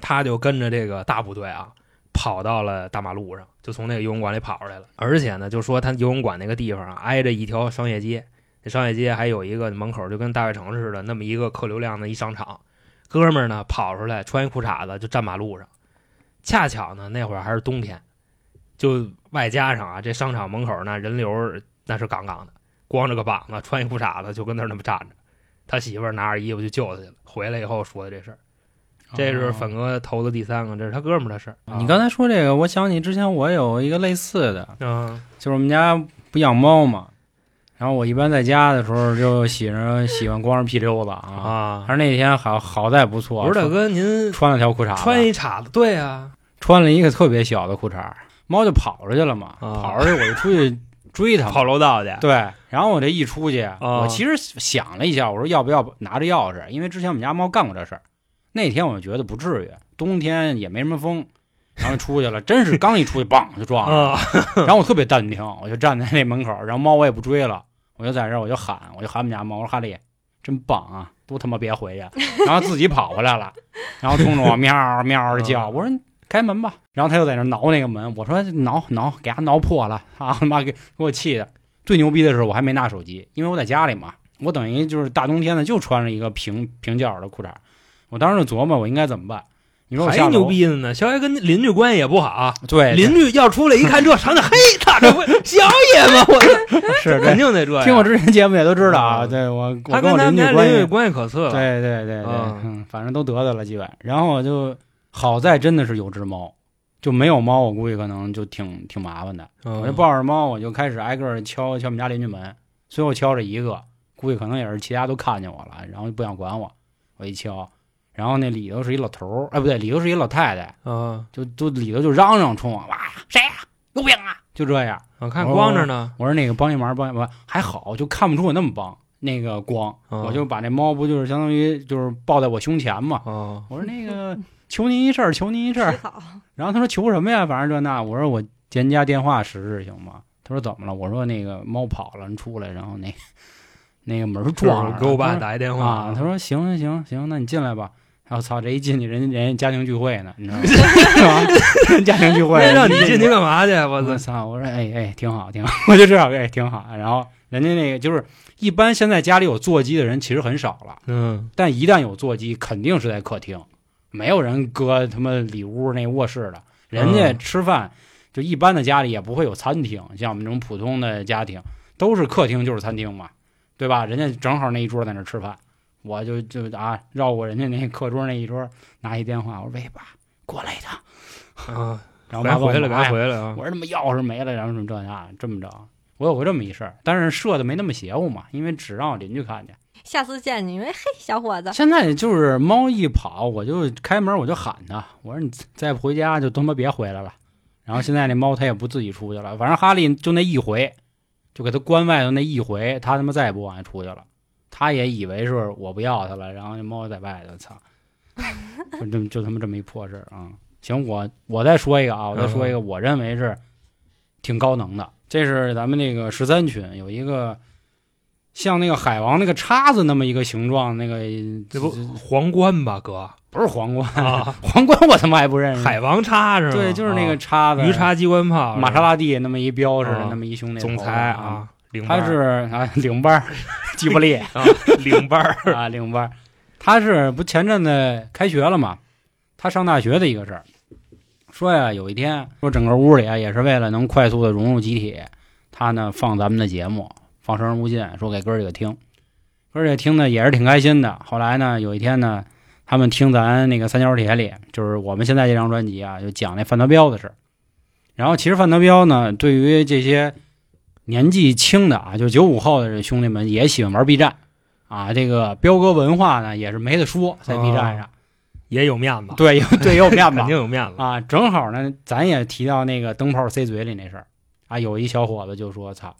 Speaker 3: 他就跟着这个大部队啊，跑到了大马路上，就从那个游泳馆里跑出来了。而且呢，就说他游泳馆那个地方啊，挨着一条商业街，那商业街还有一个门口就跟大悦城似的，那么一个客流量的一商场。哥们儿呢跑出来，穿一裤衩子就站马路上。恰巧呢，那会儿还是冬天，就外加上啊，这商场门口呢人流儿那是杠杠的，光着个膀子，穿一裤衩子就跟那儿那么站着。他媳妇儿拿着衣服去救他去了，回来以后说的这事儿，
Speaker 2: 嗯
Speaker 3: 这是
Speaker 2: 啊
Speaker 3: 粉哥投的第三个，这是他哥们儿的事儿。
Speaker 2: 哦
Speaker 3: 啊
Speaker 2: 你刚才说这个，我想起之前我有一个类似的，
Speaker 3: 嗯
Speaker 2: 就是我们家不养猫嘛，然后我一般在家的时候就喜欢喜欢光着屁溜子啊。
Speaker 3: 啊，
Speaker 2: 而那天好好在不错，
Speaker 3: 不是大哥，您
Speaker 2: 穿穿了条裤衩子，
Speaker 3: 穿一衩子，对啊，
Speaker 2: 穿了一个特别小的裤衩儿，猫就跑出去了嘛，
Speaker 3: 啊
Speaker 2: 跑出去我就出去追 它嘛，
Speaker 3: 跑楼道去啊
Speaker 2: 对，然后我这一出去，
Speaker 3: 啊
Speaker 2: 我其实想了一下，我说要不要拿着钥匙，因为之前我们家猫干过这事儿。那天我就觉得不至于，冬天也没什么风，然后出去了，真是刚一出去， 梆就撞了。 然后我特别淡定，我就站在那门口，然后猫我也不追了，我就在这儿我就喊，我就喊我们家猫，我说哈利真棒啊，都他妈别回 去，然后自己跑回来了，然后冲着我喵喵的
Speaker 3: 嗯
Speaker 2: 叫，我说。开门吧，然后他又在那儿挠那个门，我说挠挠，给他挠破了啊！他妈给给我气的，最牛逼的是，我还没拿手机，因为我在家里嘛，我等于就是大冬天的就穿着一个平平角的裤衩，我当时就琢磨我应该怎么办，你说我下
Speaker 3: 还
Speaker 2: 楼
Speaker 3: 牛？逼的呢！小野跟邻居关系也不好，
Speaker 2: 对，
Speaker 3: 邻居要出来一看这场景，嘿， 他这不小野吗？我
Speaker 2: 是对。
Speaker 3: 肯定得这样。
Speaker 2: 听我之前节目也都知道啊，
Speaker 3: 啊嗯
Speaker 2: 对我
Speaker 3: 他
Speaker 2: 我跟
Speaker 3: 跟
Speaker 2: 我
Speaker 3: 他们
Speaker 2: 邻
Speaker 3: 家
Speaker 2: 居关
Speaker 3: 邻
Speaker 2: 系
Speaker 3: 居，关系可次了。
Speaker 2: 对对对对，
Speaker 3: 嗯
Speaker 2: 嗯，反正都得罪了几百。然后就好在真的是有只猫，就没有猫，我估计可能就挺挺麻烦的。
Speaker 3: 嗯，
Speaker 2: 我就抱着猫，我就开始挨个儿敲敲我们家邻居门，最后敲了一个，估计可能也是其他都看见我了，然后就不想管我，我一敲，然后那里头是一老头儿，哎不对，里头是一老太太，
Speaker 3: 嗯，
Speaker 2: 就就里头就嚷嚷冲我，哇谁呀、有病啊，就这样。
Speaker 3: 我看光着呢。
Speaker 2: 我说那个帮一忙，帮一忙还好，就看不出我那么帮那个光，
Speaker 3: 嗯
Speaker 2: 我就把那猫不就是相当于就是抱在我胸前嘛，
Speaker 3: 哦，
Speaker 2: 我说那个求您一事儿，求您一事儿
Speaker 4: 挺，好，
Speaker 2: 然后他说求什么呀？反正这那，我说我添加电话实日行吗？他说怎么了？我说那个猫跑了，你出来，然后那那个门撞上了。
Speaker 3: 给我爸
Speaker 2: 他
Speaker 3: 打一嗯电
Speaker 2: 说
Speaker 3: 话
Speaker 2: 啊，他说行行行行，那你进来吧。哎我操，这一进去，人家人家家庭聚会呢，你知道 吗？是吧家庭聚会，
Speaker 3: 那让你进去干嘛去？啊我
Speaker 2: 我
Speaker 3: 操！
Speaker 2: 操！我说哎哎，挺好 挺好，我就这样哎挺好。然后人家那个就是一般现在家里有座机的人其实很少了。
Speaker 3: 嗯，
Speaker 2: 但一旦有座机，肯定是在客厅，没有人搁他妈里屋那卧室的。人家
Speaker 3: 嗯
Speaker 2: 吃饭，就一般的家里也不会有餐厅，像我们这种普通的家庭，都是客厅就是餐厅嘛，对吧？人家正好那一桌在那吃饭，我就就啊绕过人家那课桌那一桌，拿一电话，我说喂爸，过来一趟，
Speaker 3: 啊，
Speaker 2: 然后
Speaker 3: 该
Speaker 2: 妈
Speaker 3: 回来，
Speaker 2: 来
Speaker 3: 该回来啊！
Speaker 2: 我说他哎妈钥匙没了，然后什么这那这么着。我有过这么一事儿，但是设的没那么邪乎嘛，因为只让我邻居看见。
Speaker 4: 下次见你，因为嘿，小伙 子，
Speaker 2: 现在就是猫一跑，我就开门我就喊它，我说你再不回家就他妈别回来了。然后现在那猫它也不自己出去了，反正哈利就那一回，就给它关外头那一回，它他妈再也不往外出去了。它也以为是我不要它了，然后那猫在外头，操，就这么就他妈这么一破事儿啊、行，我我再说一个啊，我再说一个，我认为是挺高能的。这是咱们那个十三群有一个像那个海王那个叉子那么一个形状，那个
Speaker 3: 这不皇冠吧， 哥
Speaker 2: 不是皇 冠，
Speaker 3: 啊，
Speaker 2: 皇冠我他妈还不认识。
Speaker 3: 海王叉是吗？
Speaker 2: 对，就是那个
Speaker 3: 啊
Speaker 2: 叉子，
Speaker 3: 鱼叉机关炮，
Speaker 2: 玛莎拉蒂那么一标似的，
Speaker 3: 啊
Speaker 2: 那么一兄弟头
Speaker 3: 总裁，啊，领班
Speaker 2: 他是啊领班儿， 吉布 力
Speaker 3: 啊，领班 儿
Speaker 2: 啊领班儿，他是不前阵子开学了嘛？他上大学的一个事儿，说呀，有一天说整个屋里啊，也是为了能快速的融入集体，他呢放咱们的节目，放《生人勿近》，说给哥儿几个听，哥儿几个听呢也是挺开心的。后来呢，有一天呢，他们听咱那个三角铁里，就是我们现在这张专辑啊，就讲那范德彪的事儿。然后其实范德彪呢，对于这些年纪轻的啊，就九五后的这兄弟们也喜欢玩 B 站啊，这个彪哥文化呢也是没得说，在 B 站上，
Speaker 3: 也有面子，
Speaker 2: 对有对有面子
Speaker 3: 肯定有面子。
Speaker 2: 啊，正好呢，咱也提到那个灯泡塞嘴里那事儿啊，有一小伙子就说：“操，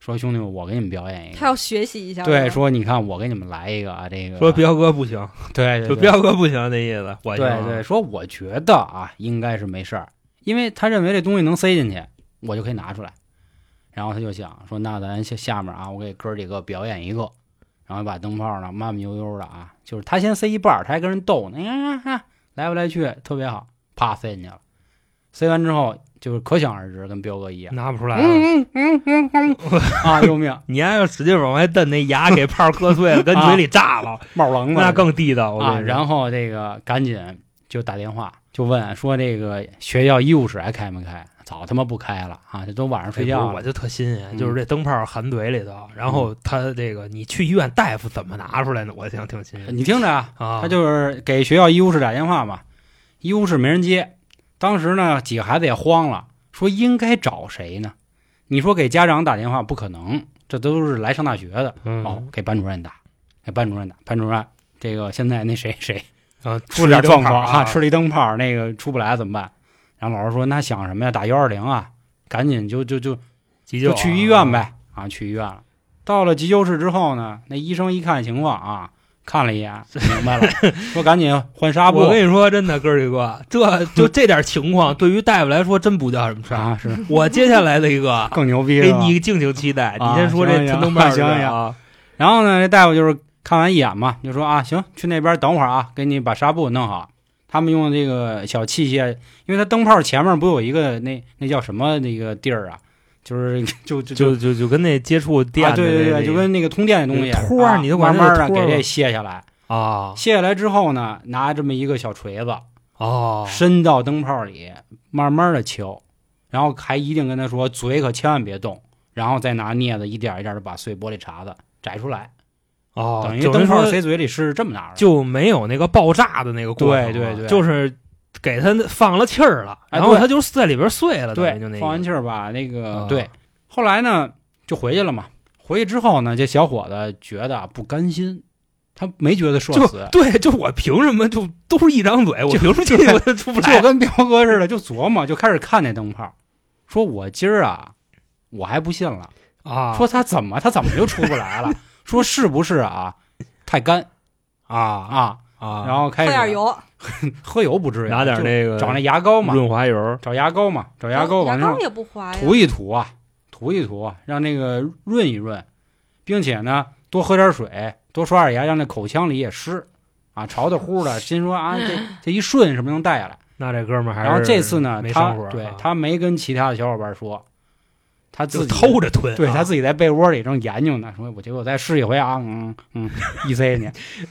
Speaker 2: 说兄弟们，我给你们表演一
Speaker 4: 他
Speaker 2: 个。
Speaker 4: 要学习一下”，
Speaker 2: 对，说你看我给你们来一个啊，这个
Speaker 3: 说彪哥不行，
Speaker 2: 对对
Speaker 3: 就
Speaker 2: 对
Speaker 3: 彪哥不行那意思，我行
Speaker 2: 对
Speaker 3: 啊
Speaker 2: 对，说我觉得啊，应该是没事儿，因为他认为这东西能塞进去，我就可以拿出来。然后他就想说，那咱下下面啊，我给哥儿几个表演一个，然后把灯泡呢慢慢悠悠的啊，就是他先塞一半儿，他还跟人逗呢，啊啊啊来不来去特别好，啪塞进去了。塞完之后，就是可想而知，跟彪哥一 样
Speaker 3: 拿不出来了。
Speaker 2: 嗯，嗯嗯嗯嗯嗯，啊，救命，
Speaker 3: 你还要使劲往外蹬，那牙给泡磕 碎了，跟嘴里炸了，
Speaker 2: 冒冷子，
Speaker 3: 那更地道。我跟你
Speaker 2: 啊，
Speaker 3: 说
Speaker 2: 然后这个赶紧就打电话就问说这个学校医务室还开没开？早他妈不开了啊！这都晚上
Speaker 3: 哎
Speaker 2: 睡
Speaker 3: 不
Speaker 2: 觉
Speaker 3: 是
Speaker 2: 了。
Speaker 3: 我就特新鲜，
Speaker 2: 嗯
Speaker 3: 就是这灯泡含嘴里头，然后他这个你去医院大夫怎么拿出来呢？我想挺新鲜
Speaker 2: 你听着啊，
Speaker 3: 啊，
Speaker 2: 他就是给学校医务室打电话嘛，医务室没人接。当时呢，几个孩子也慌了，说应该找谁呢？你说给家长打电话不可能，这都是来上大学的哦
Speaker 3: 嗯，
Speaker 2: 给班主任打，给班主任打，班主任这个现在那谁谁
Speaker 3: 啊，
Speaker 2: 出
Speaker 3: 出
Speaker 2: 了点状
Speaker 3: 状
Speaker 2: 况
Speaker 3: 况
Speaker 2: 啊，吃了一灯泡，那个出不来怎么办？然后老师说：“那想什么呀？打幺二零啊，赶紧就就就
Speaker 3: 急救
Speaker 2: 就
Speaker 3: 啊
Speaker 2: 去医院。呗啊，去医院了。到了急救室之后呢，那医生一看情况啊，看了一眼，明白了，说赶紧换纱布
Speaker 3: 我跟你说，真的，哥儿几个， 这就这点情况，对于大夫来说真不叫什么事儿。
Speaker 2: 啊，是
Speaker 3: 我接下来的一个，
Speaker 2: 更牛逼
Speaker 3: 给
Speaker 2: 是吧？
Speaker 3: 你敬请期待。
Speaker 2: 啊
Speaker 3: 你先说这
Speaker 2: 行行
Speaker 3: 陈灯泡是
Speaker 2: 行
Speaker 3: 吧
Speaker 2: 行
Speaker 3: 啊，
Speaker 2: 然后呢，这大夫就是看完一眼嘛，就说啊，行，去那边等会儿啊，给你把纱布弄好。他们用这个小器械，因为它灯泡前面不有一个那那叫什么那个地儿啊，就是 就就
Speaker 3: 就就就跟那接触电
Speaker 2: 啊，
Speaker 3: 的
Speaker 2: 对对
Speaker 3: 那
Speaker 2: 对，就跟那个通电的东西，
Speaker 3: 那个托
Speaker 2: 啊
Speaker 3: 儿你就管
Speaker 2: 慢
Speaker 3: 它
Speaker 2: 慢的
Speaker 3: 叫托儿
Speaker 2: 给
Speaker 3: 吧
Speaker 2: 这卸下来，
Speaker 3: 啊
Speaker 2: 卸下来之后呢，拿这么一个小锤子，
Speaker 3: 哦，
Speaker 2: 伸到灯泡里，慢慢的敲，然后还一定跟他说嘴可千万别动，然后再拿镊子一点一点的把碎玻璃碴子摘出来，
Speaker 3: 哦，
Speaker 2: 等于
Speaker 3: 就
Speaker 2: 灯
Speaker 3: 等于
Speaker 2: 泡
Speaker 3: 说
Speaker 2: 塞嘴里是这么拿的。
Speaker 3: 就没有那个爆炸的那个过程了，
Speaker 2: 对对对
Speaker 3: 就是给它放了气儿了，
Speaker 2: 哎
Speaker 3: 然后
Speaker 2: 对
Speaker 3: 它就在里边碎了，等
Speaker 2: 对
Speaker 3: 于就那，
Speaker 2: 放完
Speaker 3: 气
Speaker 2: 气儿吧，那个、
Speaker 3: 啊
Speaker 2: 对。后来呢，就回去了嘛。回去之后呢，这小伙子觉得啊不甘心，他没觉得社
Speaker 3: 就
Speaker 2: 死，
Speaker 3: 对，就我凭什么就都是一张嘴，我凭什么这个就出不
Speaker 2: 就
Speaker 3: 来？
Speaker 2: 跟彪哥似的，就琢磨，就开始看那灯泡，说我今儿啊，我还不信了，
Speaker 3: 啊，
Speaker 2: 说他怎么他怎么就出不来 了，说是不是啊，太干
Speaker 3: 啊啊
Speaker 2: 啊，
Speaker 3: 啊，
Speaker 2: 然后开
Speaker 4: 喝
Speaker 2: 始
Speaker 4: 点油，
Speaker 2: 喝油不至于，
Speaker 3: 拿点
Speaker 2: 就
Speaker 3: 那个
Speaker 2: 找那牙膏嘛，
Speaker 3: 润滑油，
Speaker 2: 找牙膏嘛，找牙膏
Speaker 4: 牙
Speaker 2: 往上
Speaker 4: 膏也不滑呀，
Speaker 2: 涂一涂啊，涂一涂啊，让那个润一润，并且呢，多喝点水，多刷点牙，让那口腔里也湿啊，潮的乎的。心说啊，这这一顺是不是能带下来？
Speaker 3: 那这哥们儿还是
Speaker 2: 然后这次呢
Speaker 3: 没，
Speaker 2: 他
Speaker 3: 生活，
Speaker 2: 对
Speaker 3: 啊
Speaker 2: 他没跟其他的小伙伴说，他
Speaker 3: 就
Speaker 2: 自己
Speaker 3: 偷着吞啊，
Speaker 2: 对他自己在被窝里正研究呢，说我觉得我再试一回啊，嗯嗯，一塞 进去，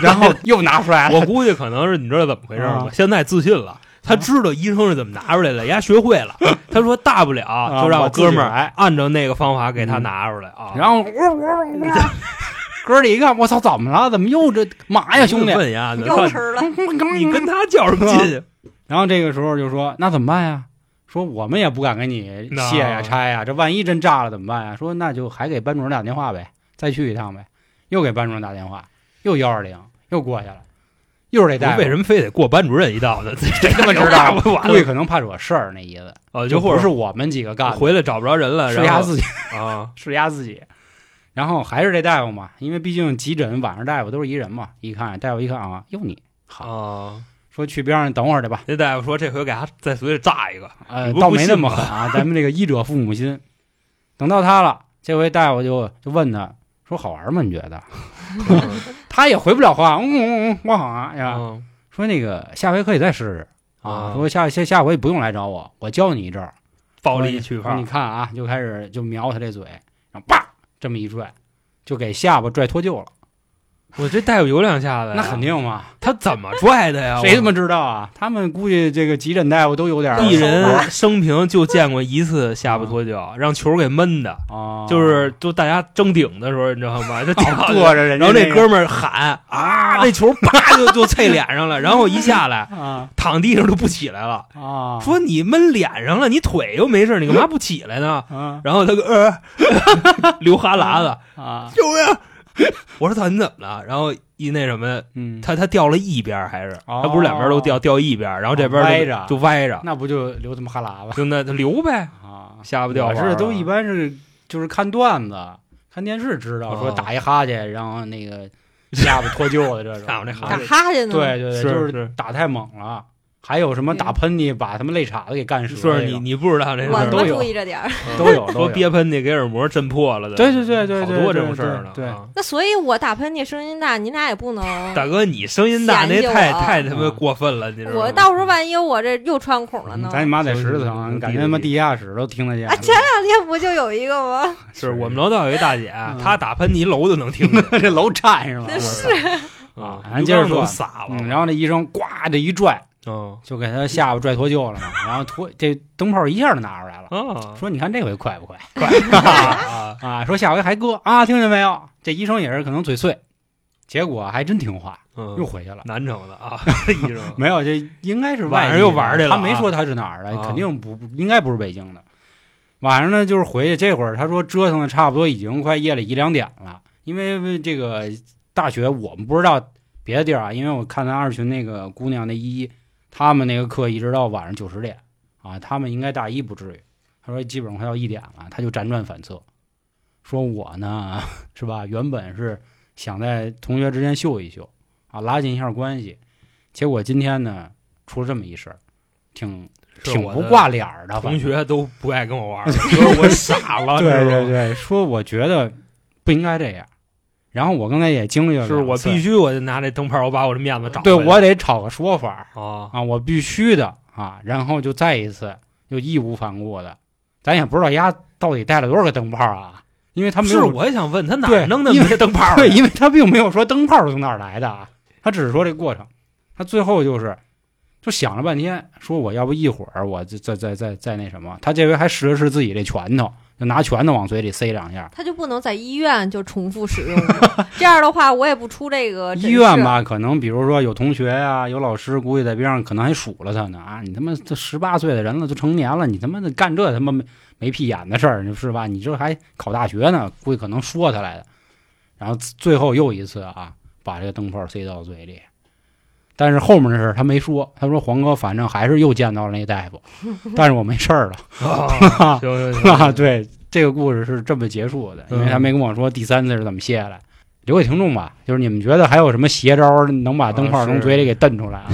Speaker 2: 然后又拿出来了，
Speaker 3: 我估计可能是你知道怎么回事吗
Speaker 2: 啊？
Speaker 3: 现在自信了，他知道医生是怎么拿出来的，人家学会 了。他说大不了就让
Speaker 2: 啊我自己
Speaker 3: 哥们儿哎
Speaker 2: 来
Speaker 3: 按照那个方法给他拿出来啊。
Speaker 2: 然后呜呜呜呜， 哥儿几一看，我操，怎么了？怎么又这嘛哎呀，兄弟
Speaker 3: 我？问呀，你
Speaker 4: 又
Speaker 3: 看
Speaker 4: 吃了，
Speaker 3: 你跟他较什么劲？
Speaker 2: 嗯然后这个时候就说：“那怎么办呀？”说我们也不敢给你
Speaker 3: 那
Speaker 2: 卸呀、拆呀，这万一真炸了怎么办呀？说那就还给班主任打电话呗，再去一趟呗。又给班主任打电话，又幺二零，又过去了，又是这大夫。
Speaker 3: 为什么非得过班主任一道 呢？谁
Speaker 2: 他妈知道？
Speaker 3: 不完
Speaker 2: 估计
Speaker 3: 了，
Speaker 2: 可能怕惹事儿那意思，
Speaker 3: 哦，
Speaker 2: 就
Speaker 3: 或
Speaker 2: 不
Speaker 3: 者
Speaker 2: 是我们几个干的，
Speaker 3: 回来找不着人了，
Speaker 2: 是
Speaker 3: 然
Speaker 2: 他
Speaker 3: 后
Speaker 2: 自己，
Speaker 3: 啊，
Speaker 2: 是他自己。然后还是这大夫嘛，因为毕竟急诊晚上大夫都是一人嘛，一看大夫一看啊，哟你好，
Speaker 3: 啊，
Speaker 2: 说去边上等会儿去吧。
Speaker 3: 那大夫说这回给他在嘴里炸一个，
Speaker 2: 呃
Speaker 3: 你，不
Speaker 2: 倒
Speaker 3: 不
Speaker 2: 没那
Speaker 3: 信
Speaker 2: 么
Speaker 3: 吗
Speaker 2: 狠啊，咱们这个医者父母心。等到他了，这回大夫就就问他说：“好玩吗？你觉得
Speaker 3: 嗯？”
Speaker 2: 他也回不了话，嗯嗯嗯，我好啊呀。
Speaker 3: 嗯
Speaker 2: 说那个下回可以再试试
Speaker 3: 啊
Speaker 2: 说下下下回不用来找我，我教你一阵儿。
Speaker 3: 暴力去
Speaker 2: 说
Speaker 3: 法
Speaker 2: 你看啊，就开始就瞄他这嘴，然后叭这么一拽，就给下巴拽脱臼了。
Speaker 3: 我这大夫有两下子呀，
Speaker 2: 那肯定嘛，
Speaker 3: 他怎么拽的呀？
Speaker 2: 谁他
Speaker 3: 我
Speaker 2: 妈知道啊？他们估计这个急诊大夫都有点儿
Speaker 3: 一
Speaker 2: 手腕
Speaker 3: 人生平就见过一次下巴脱臼，让球给闷的，
Speaker 2: 啊，
Speaker 3: 就是就大家争顶的时候，你知道吗？就顶上去
Speaker 2: 硌哦着人家
Speaker 3: 然后
Speaker 2: 啊那
Speaker 3: 那
Speaker 2: 个
Speaker 3: 哥们儿喊啊，那球啪就就啐脸上了，然后一下来
Speaker 2: 啊
Speaker 3: 躺地上就不起来了，
Speaker 2: 啊，
Speaker 3: 说你闷脸上了，你腿又没事，你干 嘛不起来呢？
Speaker 2: 啊
Speaker 3: 然后他个呃 流哈喇子，
Speaker 2: 啊，
Speaker 3: 救命！我说操，你怎么了？然后一那什么，
Speaker 2: 嗯，
Speaker 3: 他他掉了一边儿还是
Speaker 2: 哦
Speaker 3: 他不是两边儿都掉掉一边儿，然后这边儿就
Speaker 2: 歪着
Speaker 3: 就歪着，
Speaker 2: 那不就流他妈哈喇子
Speaker 3: 就那他流呗，
Speaker 2: 啊？
Speaker 3: 下巴掉
Speaker 2: 我
Speaker 3: 环儿
Speaker 2: 是
Speaker 3: 了
Speaker 2: 都一般是就是看段子、看电视知道，说
Speaker 3: 哦
Speaker 2: 打一哈欠，然后那个下巴脱臼的这 种。
Speaker 3: 下巴那哈
Speaker 4: 打
Speaker 3: 欠
Speaker 4: 哈欠呢。
Speaker 2: 对对对，
Speaker 3: 是
Speaker 2: 就是
Speaker 3: 是
Speaker 2: 打太猛了。还有什么打喷嚏把他们肋岔子给干折？
Speaker 3: 说是你，你不知道这事
Speaker 4: 我
Speaker 3: 儿
Speaker 4: 他
Speaker 2: 都
Speaker 4: 妈
Speaker 2: 有
Speaker 4: 注意着点儿。
Speaker 3: 嗯
Speaker 2: 都有都
Speaker 3: 说
Speaker 2: 有
Speaker 3: 憋喷嚏给耳膜震破了的，
Speaker 2: 对对对对
Speaker 3: 好
Speaker 2: 对
Speaker 3: 多这
Speaker 2: 对
Speaker 3: 种事儿
Speaker 2: 对
Speaker 3: 呢。
Speaker 2: 对
Speaker 3: 啊
Speaker 4: 那所以，我打喷嚏声音大，你俩也不能。
Speaker 3: 大哥，你声音大，
Speaker 4: 嫌
Speaker 3: 那
Speaker 4: 弃
Speaker 3: 太
Speaker 4: 我啊
Speaker 3: 太他妈
Speaker 2: 嗯
Speaker 3: 过分了，你知道吗？
Speaker 4: 我到时候万一我这又穿孔了呢？
Speaker 2: 咱你妈在十
Speaker 3: 就是
Speaker 2: 字层，
Speaker 3: 地
Speaker 2: 感
Speaker 3: 地
Speaker 2: 觉他妈
Speaker 3: 地
Speaker 2: 地下室都听得见
Speaker 4: 啊，。前两天不就有一个吗？
Speaker 3: 是我们楼道有一大姐，
Speaker 2: 嗯
Speaker 3: 她打喷嚏楼都能听见
Speaker 2: 这楼颤 是吧？
Speaker 3: 是啊，
Speaker 2: 咱接着
Speaker 3: 鱼缸都
Speaker 2: 说
Speaker 3: 撒了，
Speaker 2: 嗯，然后那医生呱这一拽，
Speaker 3: 嗯
Speaker 2: 就给他下巴拽脱臼了嘛。然后脱这灯泡一下就拿出来了，
Speaker 3: 啊，
Speaker 2: 说你看这回快不快？
Speaker 3: 快啊
Speaker 2: 啊，说下回还割啊，听见没有？这医生也是可能嘴碎，结果还真听话，又
Speaker 3: 嗯，
Speaker 2: 回去了。
Speaker 3: 南城的 啊，医生
Speaker 2: 没有，这应该是外地
Speaker 3: 晚上又玩儿去了啊
Speaker 2: 他没说他是哪儿的，
Speaker 3: 啊
Speaker 2: 肯定不不应该不是北京的。晚上呢，就是回去，这会儿他说折腾的差不多，已经快夜里一两点了。因为这个大学我们不知道别的地儿啊，因为我看咱二群那个姑娘那一，他们那个课一直到晚上九十点啊，他们应该大一不至于。他说基本上快到一点了，他就辗转反侧，说我呢 是吧，原本是想在同学之间秀一秀啊，拉近一下关系，结果今天呢出了这么一事儿，挺
Speaker 3: 是
Speaker 2: 挺
Speaker 3: 我
Speaker 2: 不
Speaker 3: 的
Speaker 2: 挂脸儿的，反
Speaker 3: 同
Speaker 2: 正
Speaker 3: 学啊都不爱跟我 玩儿，觉得我傻了，
Speaker 2: 对
Speaker 3: 知道
Speaker 2: 对
Speaker 3: 吗，
Speaker 2: 对，说我觉得不应该这样。然后我刚才也经历了两
Speaker 3: 是
Speaker 2: 次，
Speaker 3: 我必须我得拿这灯泡，我把我这面子找回
Speaker 2: 对
Speaker 3: 来，
Speaker 2: 我得找个说法儿
Speaker 3: 啊，
Speaker 2: 啊，我必须的啊，然后就再一次就义无反顾的，咱也不知道丫到底带了多少个灯泡啊，因为他没
Speaker 3: 是
Speaker 2: 有
Speaker 3: 我也想问他哪
Speaker 2: 对
Speaker 3: 儿弄那
Speaker 2: 因
Speaker 3: 么
Speaker 2: 为
Speaker 3: 些灯泡儿
Speaker 2: 对，因为他并没有说灯泡是从哪儿来的啊，他只是说这过程。他最后就是就想了半天，说我要不一会儿我就再再再再那什么，他这回还使了使自己这拳头，就拿拳头往嘴里塞两下。
Speaker 4: 他就不能在医院就重复使用吗这样的话，我也不出这个诊室
Speaker 2: 医院。吧，可能比如说有同学呀、有老师，估计在边上可能还数落他呢啊！你他妈这十八岁的人了，都成年了，你他妈的干这他妈没没屁眼的事儿，是吧？你这还考大学呢，估计可能说他来的。然后最后又一次啊，把这个灯泡塞到嘴里，但是后面的事儿他没说，他说黄哥反正还是又见到了那大夫，但是我没事儿了。
Speaker 3: 啊，行 行
Speaker 2: 啊，
Speaker 3: 行，
Speaker 2: 对，这个故事是这么结束的，因为他没跟我说第三次是怎么卸下来。留给听众吧，就是你们觉得还有什么邪招儿能把灯泡从嘴里给蹬出来啊？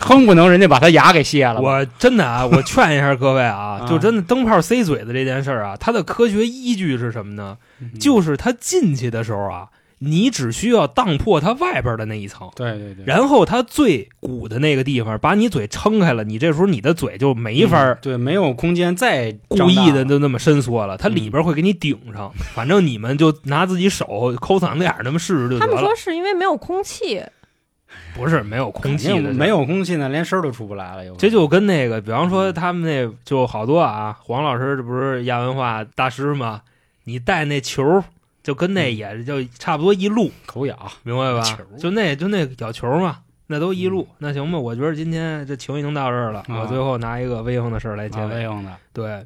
Speaker 2: 哼，不能人家把他牙给卸了吧。
Speaker 3: 我真的啊，我劝一下各位 啊
Speaker 2: 啊，
Speaker 3: 就真的灯泡塞嘴的这件事儿啊，它的科学依据是什么呢？
Speaker 2: 嗯
Speaker 3: 就是它进去的时候啊，你只需要荡破它外边的那一层，
Speaker 2: 对对对，
Speaker 3: 然后它最鼓的那个地方把你嘴撑开了，你这时候你的嘴就没法
Speaker 2: 嗯
Speaker 3: 儿
Speaker 2: 对，没有空间再
Speaker 3: 故意的
Speaker 2: 对
Speaker 3: 就那么伸缩了，它
Speaker 2: 嗯
Speaker 3: 里边会给你顶 上。反正你们就拿自己手抠嗓子眼儿那么试试就
Speaker 4: 他
Speaker 3: 得
Speaker 4: 们
Speaker 3: 了
Speaker 4: 说。是因为没有空气，
Speaker 3: 不是没有空气的，
Speaker 2: 没。有空气呢，连声儿都出不来了。有
Speaker 3: 这就跟那个，比方说
Speaker 2: 嗯
Speaker 3: 他们那就好多啊，黄老师这不是亚文化大师吗？你带那球儿，就跟
Speaker 2: 嗯
Speaker 3: 那也就差不多一路，
Speaker 2: 口痒，
Speaker 3: 明白吧
Speaker 2: 球？嗯
Speaker 3: 就那就那小球嘛，那都一路。那行吧，我觉得今天这情已经到这儿了，
Speaker 2: 啊
Speaker 3: 我最后拿一个威风的事儿来结
Speaker 2: 挺
Speaker 3: 尾。
Speaker 2: 费啊用的
Speaker 3: 对，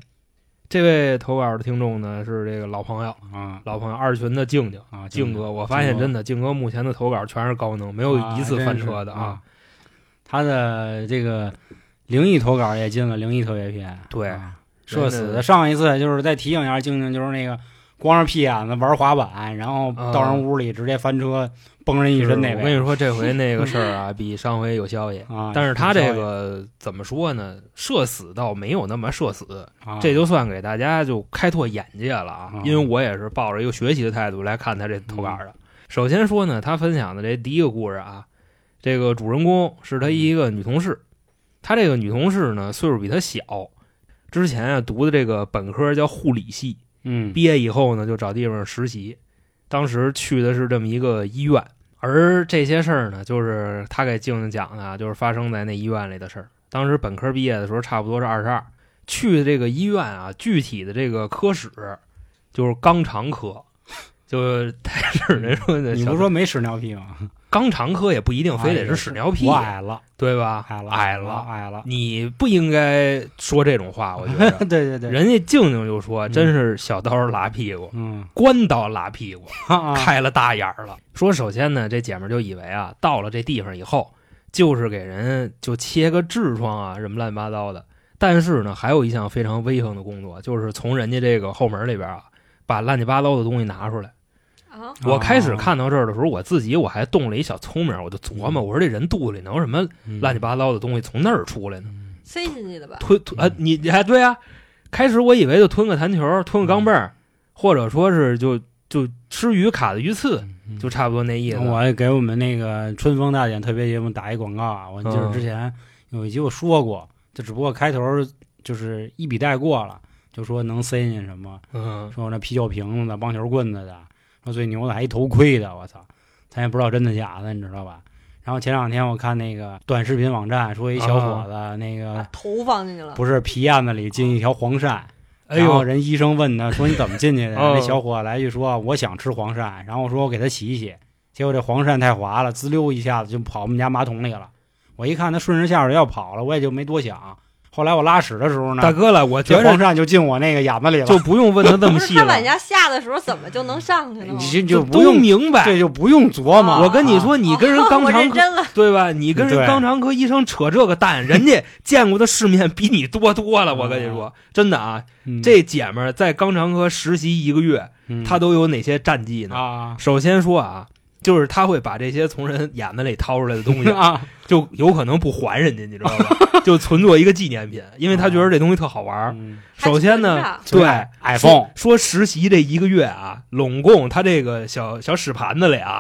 Speaker 3: 这位投稿的听众呢是这个老朋友，
Speaker 2: 啊
Speaker 3: 老朋友二群的静静。
Speaker 2: 啊，
Speaker 3: 静哥，我发现真的，静哥目前的投稿全是高能，没有一次翻车的
Speaker 2: 啊真是。啊。他的这个灵异投稿也进了灵异特别篇，
Speaker 3: 对
Speaker 2: 啊
Speaker 3: 真
Speaker 2: 社
Speaker 3: 的
Speaker 2: 死的。上一次就是再提醒一下静静，就是那个光着屁眼子玩滑板，然后到人屋里直接翻车，崩人一身那
Speaker 3: 嗯我跟
Speaker 2: 位
Speaker 3: 你说，这回那个事儿啊，比上回有消息。
Speaker 2: 啊。
Speaker 3: 但是他这个怎么说呢？社死倒没有那么社死，
Speaker 2: 啊
Speaker 3: 这就算给大家就开拓眼界了啊
Speaker 2: 啊！嗯
Speaker 3: 因为我也是抱着一个学习的态度来看他这投稿的。首先说呢，他分享的这第一个故事啊，这个主人公是
Speaker 2: 嗯
Speaker 3: 他一个女同事，他这个女同事呢岁数比他小，之前啊读的这个本科叫护理系，
Speaker 2: 嗯
Speaker 3: 毕业以后呢，就找地方实习。当时去的是这么一个医院，而这些事儿呢，就是他给静静讲的啊，就是发生在那医院里的事儿。当时本科毕业的时候，差不多是二十二，去的这个医院啊，具体的这个科室就是肛肠科，就是他是人说的，
Speaker 2: 你不哎说没屎尿屁吗？
Speaker 3: 肛肠科也不一定非得是屎尿屁，
Speaker 2: 我矮了，
Speaker 3: 对吧？
Speaker 2: 矮了，啊
Speaker 3: 矮
Speaker 2: 了，
Speaker 3: 了，
Speaker 2: 矮 了。
Speaker 3: 你不应该说这种话，我觉得。
Speaker 2: 对对对，
Speaker 3: 人家静静就说，
Speaker 2: 嗯
Speaker 3: 真是小刀拉屁股，
Speaker 2: 嗯，
Speaker 3: 关刀拉屁股。
Speaker 2: 啊
Speaker 3: 开了大眼儿了。说首先呢，这姐们儿就以为啊，到了这地方以后，就是给人就切个痔疮啊，什么乱七八糟的。但是呢，还有一项非常威风的工作，就是从人家这个后门里边啊，把乱七八糟的东西拿出来。
Speaker 4: 啊，
Speaker 3: 我开始看到这儿的时候，我自己我还动了一小聪明儿，我就琢磨，我说这人肚子里能有什么
Speaker 2: 嗯
Speaker 3: 乱七八糟的东西从那儿出来呢？
Speaker 4: 塞进去的吧？
Speaker 3: 吞吞啊
Speaker 2: 嗯，
Speaker 3: 你哎对啊，开始我以为就吞个弹球，吞个钢镚儿，或者说是就就吃鱼卡的鱼刺，
Speaker 2: 嗯
Speaker 3: 就差不多那意思。
Speaker 2: 我给我们那个春风大典特别节目打一广告啊！
Speaker 3: 嗯
Speaker 2: 我就是之前有一集我说过，就只不过开头就是一笔带过了，就说能塞进什么，
Speaker 3: 嗯，
Speaker 2: 说我那啤酒瓶子的、棒球棍子的，说最牛的还一头盔的，我操！咱也不知道真的假的，你知道吧？然后前两天我看那个短视频网站说一小伙子、那个
Speaker 3: 啊
Speaker 4: 把头放进去了，
Speaker 2: 不是皮燕子里进一条黄鳝，
Speaker 3: 哎
Speaker 2: 然后
Speaker 3: 呦，
Speaker 2: 人医生问他说你怎么进 去的？
Speaker 3: 嗯
Speaker 2: 那小伙来句说我想吃黄鳝，然后我说我给他洗一洗，结果这黄鳝太滑了，滋溜一下子就跑我们家马桶里了。我一看他顺着下水要跑了，我也就没多想。后来我拉屎的时候
Speaker 3: 大
Speaker 2: 呢，
Speaker 3: 哥了，我觉
Speaker 2: 这黄
Speaker 3: 着
Speaker 2: 鳝就进我那个眼子里了，
Speaker 3: 就不用问他这
Speaker 4: 不
Speaker 3: 么
Speaker 4: 是
Speaker 3: 细
Speaker 4: 他
Speaker 3: 了
Speaker 4: 往，下下的时候怎么就能上去呢吗？
Speaker 2: 你这
Speaker 3: 就
Speaker 2: 就不
Speaker 3: 都
Speaker 2: 用
Speaker 3: 明白
Speaker 2: 这。就不用琢磨。
Speaker 4: 啊
Speaker 3: 我跟你，说，你跟人
Speaker 4: 哦
Speaker 3: 肛
Speaker 4: 我
Speaker 3: 肠
Speaker 4: 认
Speaker 3: 科
Speaker 4: 真了，
Speaker 3: 对吧？你跟人
Speaker 2: 对
Speaker 3: 肛肠科医生扯这个蛋，人家见过的世面比你多多了。我跟你说，真的
Speaker 2: 哦
Speaker 3: 啊，
Speaker 2: 嗯
Speaker 3: 这姐们儿在肛肠科实习一个月，
Speaker 2: 嗯
Speaker 3: 她都有哪些战绩呢？
Speaker 2: 啊，
Speaker 3: 首先说啊，就是她会把这些从人眼子里掏出来的东 西
Speaker 2: 啊，
Speaker 3: 就有可能不还人家，你知道 吧？就存作一个纪念品，因为她觉得这东西特好玩儿。
Speaker 2: 嗯
Speaker 3: 首先呢，
Speaker 4: 还存着，
Speaker 3: 啊对
Speaker 2: ，iPhone
Speaker 3: 说说实习这一个月啊，拢共他这个小小屎盘子 里啊，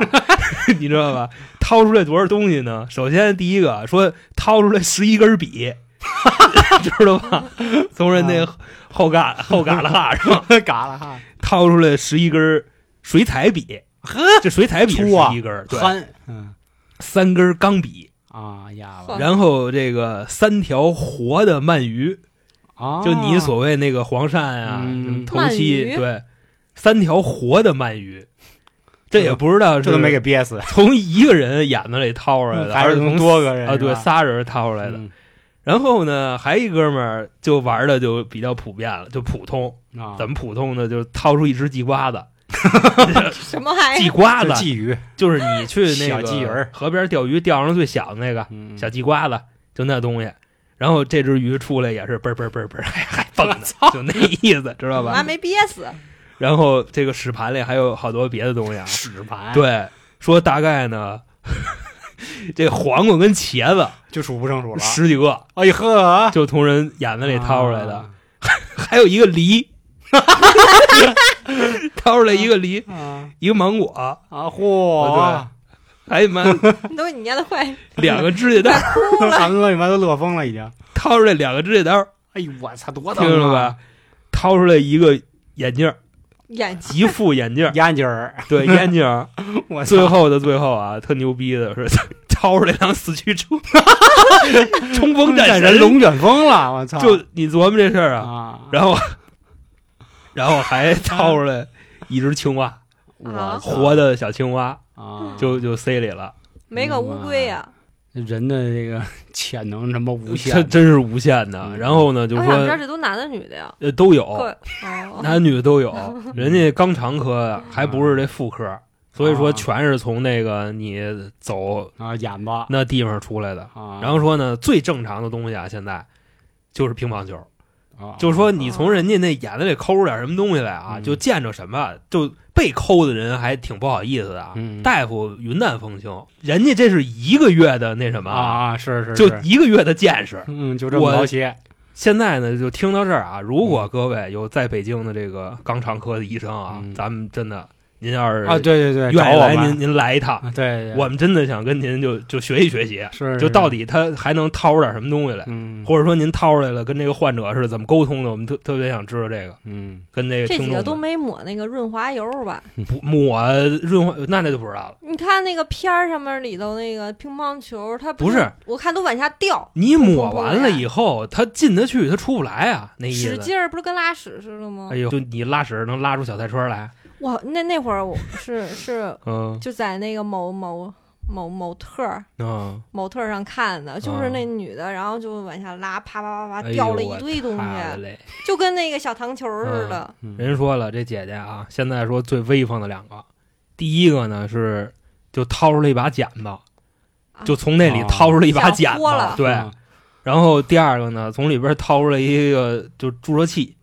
Speaker 3: 你知道吧？掏出来多少东西呢？首先第一个说掏出来十一 根笔， 知道吧？从人
Speaker 2: 啊
Speaker 3: 那后嘎后嘎啦哈上
Speaker 2: 嘎了哈，
Speaker 3: 掏出来十一根水彩笔，这水彩笔是
Speaker 2: 粗啊
Speaker 3: 十一根，对，
Speaker 2: 憨，嗯
Speaker 3: 三根钢笔，
Speaker 2: 啊，哑巴
Speaker 4: 呵
Speaker 3: 然后这个三条活的鳗鱼，
Speaker 2: 啊，
Speaker 3: 就你所谓那个黄鳝啊，
Speaker 2: 嗯
Speaker 3: 什么头七，
Speaker 4: 鳗鱼
Speaker 3: 对，三条活的鳗鱼，这也不知道
Speaker 2: 这都没
Speaker 3: 是
Speaker 2: 给憋死，
Speaker 3: 从一个人眼子里掏出来的，
Speaker 2: 还
Speaker 3: 还
Speaker 2: 是
Speaker 3: 是
Speaker 2: 从
Speaker 3: 从
Speaker 2: 多个人嗯
Speaker 3: 啊，对，
Speaker 2: 撒
Speaker 3: 仨人掏出来的。然后呢，还一哥们儿就玩的就比较普遍了，就普通，
Speaker 2: 啊，
Speaker 3: 怎么普通呢？就掏出一只地瓜子，
Speaker 4: 什么玩意
Speaker 3: 地
Speaker 4: 儿？
Speaker 3: 瓜
Speaker 2: 就
Speaker 3: 子
Speaker 2: 鲫鱼，
Speaker 3: 就是你去那
Speaker 2: 小鲫鱼
Speaker 3: 个
Speaker 2: 儿
Speaker 3: 河边钓鱼钓上最小的那个
Speaker 2: 嗯
Speaker 3: 小地瓜子，就那东西。然后这只鱼出来也是嘣儿嘣儿嘣儿 嘣儿，还还蹦呢，就那意思，知道
Speaker 4: 我还
Speaker 2: 啊
Speaker 3: 吧？
Speaker 4: 没憋死，
Speaker 3: 然后这个屎盘里还有好多别的东西啊，
Speaker 2: 嗯屎盘，，
Speaker 3: 对，说大概呢， 这黄瓜跟茄子
Speaker 2: 就数不胜数了。
Speaker 3: 十几个，
Speaker 2: 哎呵，
Speaker 3: 啊就从人眼子里掏出来的，
Speaker 2: 啊
Speaker 3: 还有一个梨， 掏出来一个梨，
Speaker 2: 啊
Speaker 3: 一个芒果，
Speaker 2: 啊嚯！
Speaker 3: 还妈
Speaker 4: 都你捏的快
Speaker 3: 两个指甲刀，
Speaker 2: 韩哥你妈都乐疯了已经。
Speaker 3: 掏出来两个指甲刀，
Speaker 2: 哎呦我操，多疼
Speaker 3: 听着
Speaker 2: 啊！，
Speaker 3: 吧，掏出来一个眼镜儿，
Speaker 4: 眼睛
Speaker 3: 一副眼镜 儿
Speaker 2: 眼睛儿，
Speaker 3: 对眼镜儿，
Speaker 2: 我操
Speaker 3: 最后的最后啊，特牛逼的是 掏出来辆四驱车， 冲锋战
Speaker 2: 战神龙卷风了，我操！
Speaker 3: 就你琢磨这事儿啊，
Speaker 2: 啊，
Speaker 3: 然后 然后还掏出来一只青蛙，
Speaker 4: 啊
Speaker 2: 我操
Speaker 3: 活的小青蛙，
Speaker 2: 啊，
Speaker 3: 就就塞里了。
Speaker 4: 没
Speaker 3: 嗯
Speaker 4: 个乌龟呀、
Speaker 2: 人的这个 潜能他妈无限
Speaker 3: 它
Speaker 2: 的，
Speaker 3: 真是无限的。
Speaker 2: 嗯
Speaker 3: 然后呢，就
Speaker 4: 我想哎知道
Speaker 3: 说
Speaker 4: 这都男的女的呀？
Speaker 3: 呃都
Speaker 4: 各
Speaker 3: 有，
Speaker 4: 哦，
Speaker 3: 男女的都有，人家肛肠科呀还不是这妇
Speaker 2: 嗯
Speaker 3: 科，所以说全是从那个你走
Speaker 2: 啊眼吧
Speaker 3: 那地方出来的。
Speaker 2: 啊，
Speaker 3: 然后说呢，最正常的东西啊，现在就是乒乓球，
Speaker 2: 啊
Speaker 3: 就是说你从人家那眼子里抠出点什么东西来啊，
Speaker 2: 嗯
Speaker 3: 就见着什么就被抠的人还挺不好意思的啊。
Speaker 2: 嗯
Speaker 3: 大夫云淡风轻，人家这是一个月的那什么
Speaker 2: 啊，啊是是
Speaker 3: 就是一个月的见识，
Speaker 2: 嗯就这么
Speaker 3: 我
Speaker 2: 高些
Speaker 3: 现在呢，就听到这儿啊。如果各位有在北京的这个肛肠科的医生啊，
Speaker 2: 嗯
Speaker 3: 咱们真的，您要是
Speaker 2: 啊，对对对，
Speaker 3: 愿
Speaker 2: 找
Speaker 3: 意
Speaker 2: 我
Speaker 3: 来，
Speaker 2: 们
Speaker 3: 您您来一趟，
Speaker 2: 啊对对，
Speaker 3: 我们真的想跟您就就学习学习，
Speaker 2: 是
Speaker 3: 就到
Speaker 2: 底
Speaker 3: 底他还能掏出点什么东西来，
Speaker 2: 嗯
Speaker 3: 或者说您掏出来了，跟这个患者是怎么沟通的，我们特特别想知道这个，
Speaker 2: 嗯
Speaker 3: 跟这个
Speaker 4: 这
Speaker 3: 听
Speaker 4: 几个都
Speaker 3: 众
Speaker 4: 没抹那个润滑油吧？
Speaker 3: 不抹润滑，那那就不知道了。
Speaker 4: 你看那个片儿上面里头那个乒乓球，它
Speaker 3: 不是，
Speaker 4: 我看都往下掉，
Speaker 3: 你抹完了以后，他进得去，他出不来啊，那意
Speaker 4: 使
Speaker 3: 思。
Speaker 4: 劲儿，不是跟拉屎似的吗
Speaker 3: 哎？呦，就你拉屎能拉出小菜车来，
Speaker 4: 哇，那那会儿我是是
Speaker 3: 嗯
Speaker 4: 就在那个某某某某特儿
Speaker 3: 嗯，
Speaker 4: 某特儿上看的，就是那女的，然后就往下拉，啪啪啪
Speaker 3: 啊哎
Speaker 4: 啪
Speaker 3: 呦
Speaker 4: 掉了
Speaker 3: 我
Speaker 4: 一堆东
Speaker 3: 太
Speaker 2: 啊
Speaker 4: 西，
Speaker 3: 累。
Speaker 4: 就跟那个小糖球儿似的。
Speaker 2: 嗯
Speaker 3: 人说了，这姐姐啊，现在说最威风的两个，第一个呢是就掏出了一把剪子，就从那里
Speaker 2: 啊
Speaker 3: 掏出嗯了一把剪
Speaker 4: 想
Speaker 3: 子，
Speaker 4: 豁了
Speaker 3: 对。
Speaker 2: 啊
Speaker 3: 然后第二个呢，从里边掏出了一个就注射器，